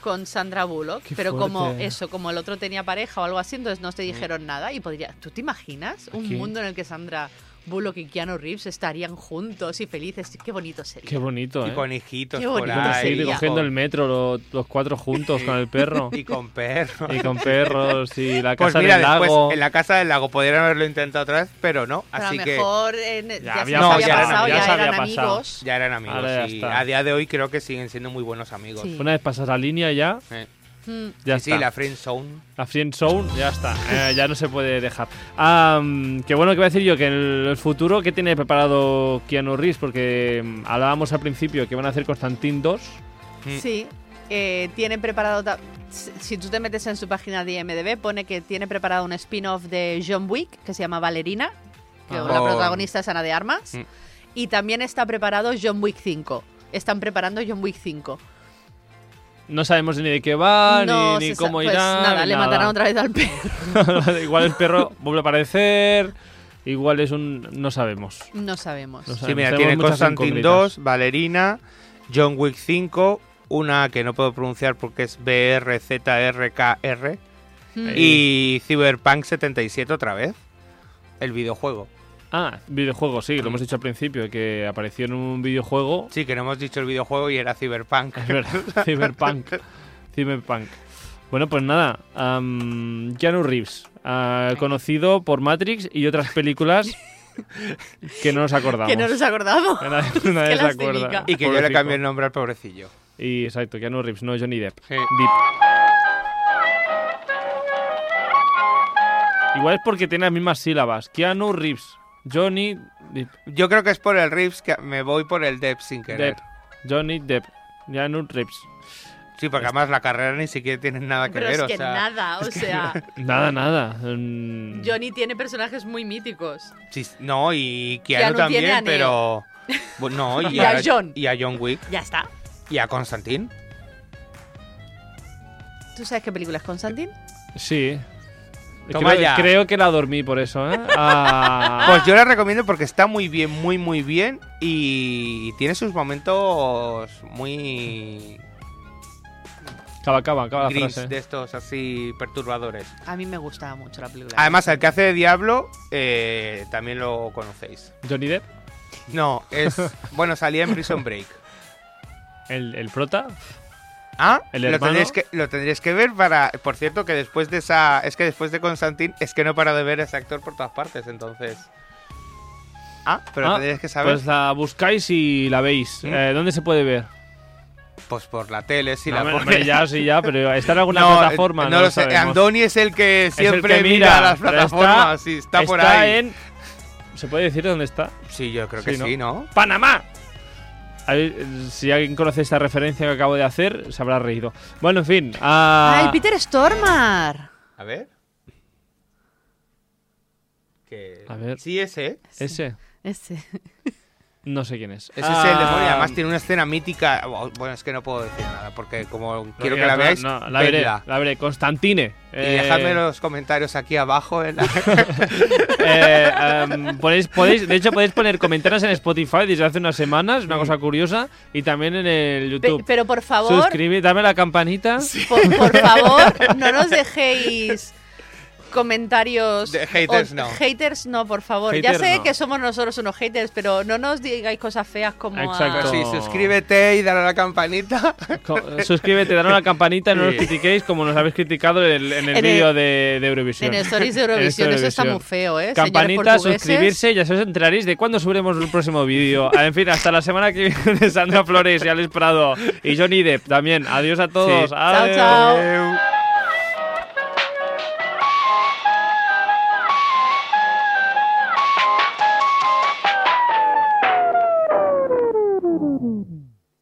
S3: con Sandra Bullock,
S1: Qué
S3: pero como
S1: fuerte.
S3: eso, como el otro tenía pareja o algo así, entonces no te
S2: Mm.
S3: dijeron nada y podría, ¿tú te imaginas un
S1: Aquí.
S3: mundo en el que Sandra Bullock y Keanu Reeves estarían juntos y felices? Qué bonito sería.
S1: Qué bonito,
S2: Y
S1: ¿eh?
S2: con hijitos
S3: Qué
S2: por
S3: bonito
S1: Sí,
S2: ahí.
S3: sería.
S1: cogiendo el metro lo- los cuatro juntos con el
S2: *laughs*
S1: perro.
S2: Y con perros.
S1: Y con perros y la
S2: Pues
S1: casa
S2: mira,
S1: del
S2: después
S1: lago.
S2: en la casa del lago podrían haberlo intentado otra vez, pero no.
S3: Pero
S2: así
S3: a lo
S2: que
S3: mejor en- ya, se
S1: había
S3: les había
S2: pasado,
S3: pasado,
S2: ya
S3: ya,
S2: se
S3: eran
S1: había pasado.
S3: amigos.
S2: ya eran amigos.
S1: Ahora ya
S2: y
S1: está.
S2: a día de hoy creo que siguen siendo muy buenos amigos.
S3: Sí.
S1: Una vez pasas la línea ya,
S2: Eh,
S3: Mm.
S1: ya
S2: sí,
S1: está.
S2: la friend zone.
S1: A Friend Zone, ya está, eh, ya no se puede dejar. Ah, mm, que bueno, que voy a decir yo que en el futuro, ¿qué tiene preparado Keanu Reeves? Porque mm, hablábamos al principio que van a hacer Constantine 2.
S2: Mm.
S3: Sí, eh, tiene preparado. ta- Si si tú te metes en su página de IMDb, pone que tiene preparado un spin-off de John Wick que se llama Valerina, que
S1: Ah.
S3: la
S2: Oh.
S3: protagonista es Ana de Armas.
S2: Mm.
S3: Y también está preparado John Wick 5. Están preparando John Wick 5.
S1: No sabemos ni de qué va,
S3: no
S1: ni, ni
S3: se sa-
S1: cómo
S3: pues
S1: irá.
S3: nada,
S1: ni
S3: le
S1: nada. *laughs*
S3: matarán otra vez al perro.
S1: igual el perro vuelve a aparecer, igual es un... no sabemos.
S3: No sabemos.
S1: No sabemos.
S2: Sí, mira,
S1: Tenemos
S2: tiene
S1: muchas
S2: Constantine
S1: incógnitas.
S2: 2, Valerina, John Wick 5, una que no puedo pronunciar porque es BRZRKR,
S3: Mm.
S2: y Cyberpunk 77 otra vez, el videojuego.
S1: Ah, videojuego, sí, lo hemos dicho al principio, que apareció en un videojuego.
S2: Sí, que no hemos dicho el videojuego y
S1: *laughs*
S2: era Cyberpunk.
S1: Es
S2: *laughs*
S1: verdad, Cyberpunk. Cyberpunk. Bueno, pues nada, am, Keanu Reeves, ah, conocido por Matrix y otras películas que no nos acordamos.
S3: Que no nos acordamos.
S1: Que *laughs*
S3: *laughs*
S1: nadie- nadie
S3: Qué
S1: se acuerda.
S3: lastimica.
S2: Y que yo le
S1: Pobrecito.
S2: cambié el nombre al pobrecillo.
S1: Y exacto, Keanu Reeves, no Johnny Depp.
S2: Sí.
S1: Deep. Igual es porque tiene las mismas sílabas. Keanu Reeves, Johnny Depp,
S2: Yo creo que es por el Rips que me voy por el Depp sin querer.
S1: Depp, Johnny Depp, Keanu Reeves.
S2: Sí,
S1: Este.
S2: porque además la carrera ni siquiera tiene nada que
S3: Pero
S2: ver,
S3: es
S2: o
S3: que
S2: sea.
S3: nada, o sea,
S1: *laughs* Nada, nada. mm,
S3: Johnny tiene personajes muy míticos.
S2: sí, no, y Keanu,
S3: Keanu tiene a
S2: también,
S3: Neo.
S2: pero.
S3: *laughs*
S2: Bueno, no, y,
S3: Y a John.
S2: Y a John Wick.
S3: Ya está.
S2: Y a Constantine.
S3: ¿Tú sabes qué película es Constantine?
S1: Sí.
S2: Toma
S1: creo,
S2: ya.
S1: creo que la dormí por eso, ¿eh? Ah,
S2: *laughs* Pues yo la recomiendo porque está muy bien, muy, muy bien. Y tiene sus momentos muy.
S1: acaba, acaba, acaba Ah, la
S2: gris,
S1: frase.
S2: de estos así perturbadores.
S3: A mí me gustaba mucho la película.
S2: Además, al que hace de Diablo, eh, también lo conocéis.
S1: Johnny Depp,
S2: No,
S1: *laughs*
S2: es. bueno, salía en Prison Break.
S1: el, el prota.
S2: Ah,
S1: ¿El
S2: lo
S1: hermano?
S2: tendréis, que, lo tendréis que ver para. Por cierto, que después de esa. Es que después de Constantine, es que no para de ver a ese actor por todas partes, entonces. Ah, pero
S1: Ah,
S2: tendréis que saber.
S1: Pues la buscáis y la veis.
S2: ¿Mm?
S1: Eh, ¿Dónde se puede ver?
S2: Pues, por la tele, si
S1: No,
S2: la
S1: hombre,
S2: pones.
S1: ya, sí, ya, pero está
S2: *laughs*
S1: en alguna plataforma.
S2: eh,
S1: No,
S2: lo sé.
S1: sabemos.
S2: Andoni es el que
S1: el
S2: siempre
S1: que
S2: mira,
S1: mira,
S2: las
S1: pero
S2: plataformas.
S1: está-
S2: sí, está, por ahí.
S1: en. ¿Se puede decir dónde está?
S2: Sí, yo creo
S1: Sí,
S2: que
S1: ¿no?
S2: sí, ¿no?
S1: ¡Panamá! A ver, eh, si alguien conoce esta referencia que acabo de hacer, se habrá reído. Bueno, en fin. ah,
S3: ¡Ay, Peter Stormar!
S2: A ver. Que-
S1: A ver.
S2: Sí, ese.
S1: Ese.
S3: Ese.
S1: No sé quién es.
S2: Ese es el demonio.
S1: Ah,
S2: Además, tiene una escena mítica. Oh, Bueno, es que no puedo decir nada porque, como
S1: no,
S2: quiero
S1: ya
S2: que la
S1: está,
S2: veáis,
S1: no, la veré,
S2: vedla.
S1: la veré. Constantine.
S2: Y
S1: Eh,
S2: dejadme los comentarios aquí abajo. en la- *laughs*
S1: Eh, em, podéis, podéis, de hecho, podéis poner comentarios en Spotify desde hace unas semanas, una cosa curiosa, y también en el
S3: Pe-
S1: YouTube.
S3: pero por favor,
S1: Suscribid, dame la campanita.
S3: por, por favor, no nos dejéis comentarios.
S2: De haters,
S3: o-
S2: no.
S3: Haters no, por favor. ya
S1: Haters,
S3: sé
S1: no.
S3: que somos nosotros unos haters, pero no nos digáis cosas feas como. a-
S1: Exacto.
S2: Sí, suscríbete y dale a la campanita.
S1: Co- Suscríbete, danos la campanita y no nos
S2: Sí.
S1: critiquéis como nos habéis criticado en, en el
S3: En el-
S1: vídeo de, de Eurovisión.
S3: En el stories de
S1: *laughs* En el
S3: Eurovisión, eso está
S1: Eurovisión.
S3: muy feo, ¿eh? Señores
S1: Campanita,
S3: portugueses.
S1: suscribirse y ya se os enteraréis de cuándo subiremos el próximo
S3: *laughs*
S1: vídeo. En fin, hasta la semana que *laughs* viene, Sandra Flores y Alex Prado y Johnny Depp también. Adiós a todos.
S2: Sí.
S1: Adiós.
S3: chao.
S2: Adeu.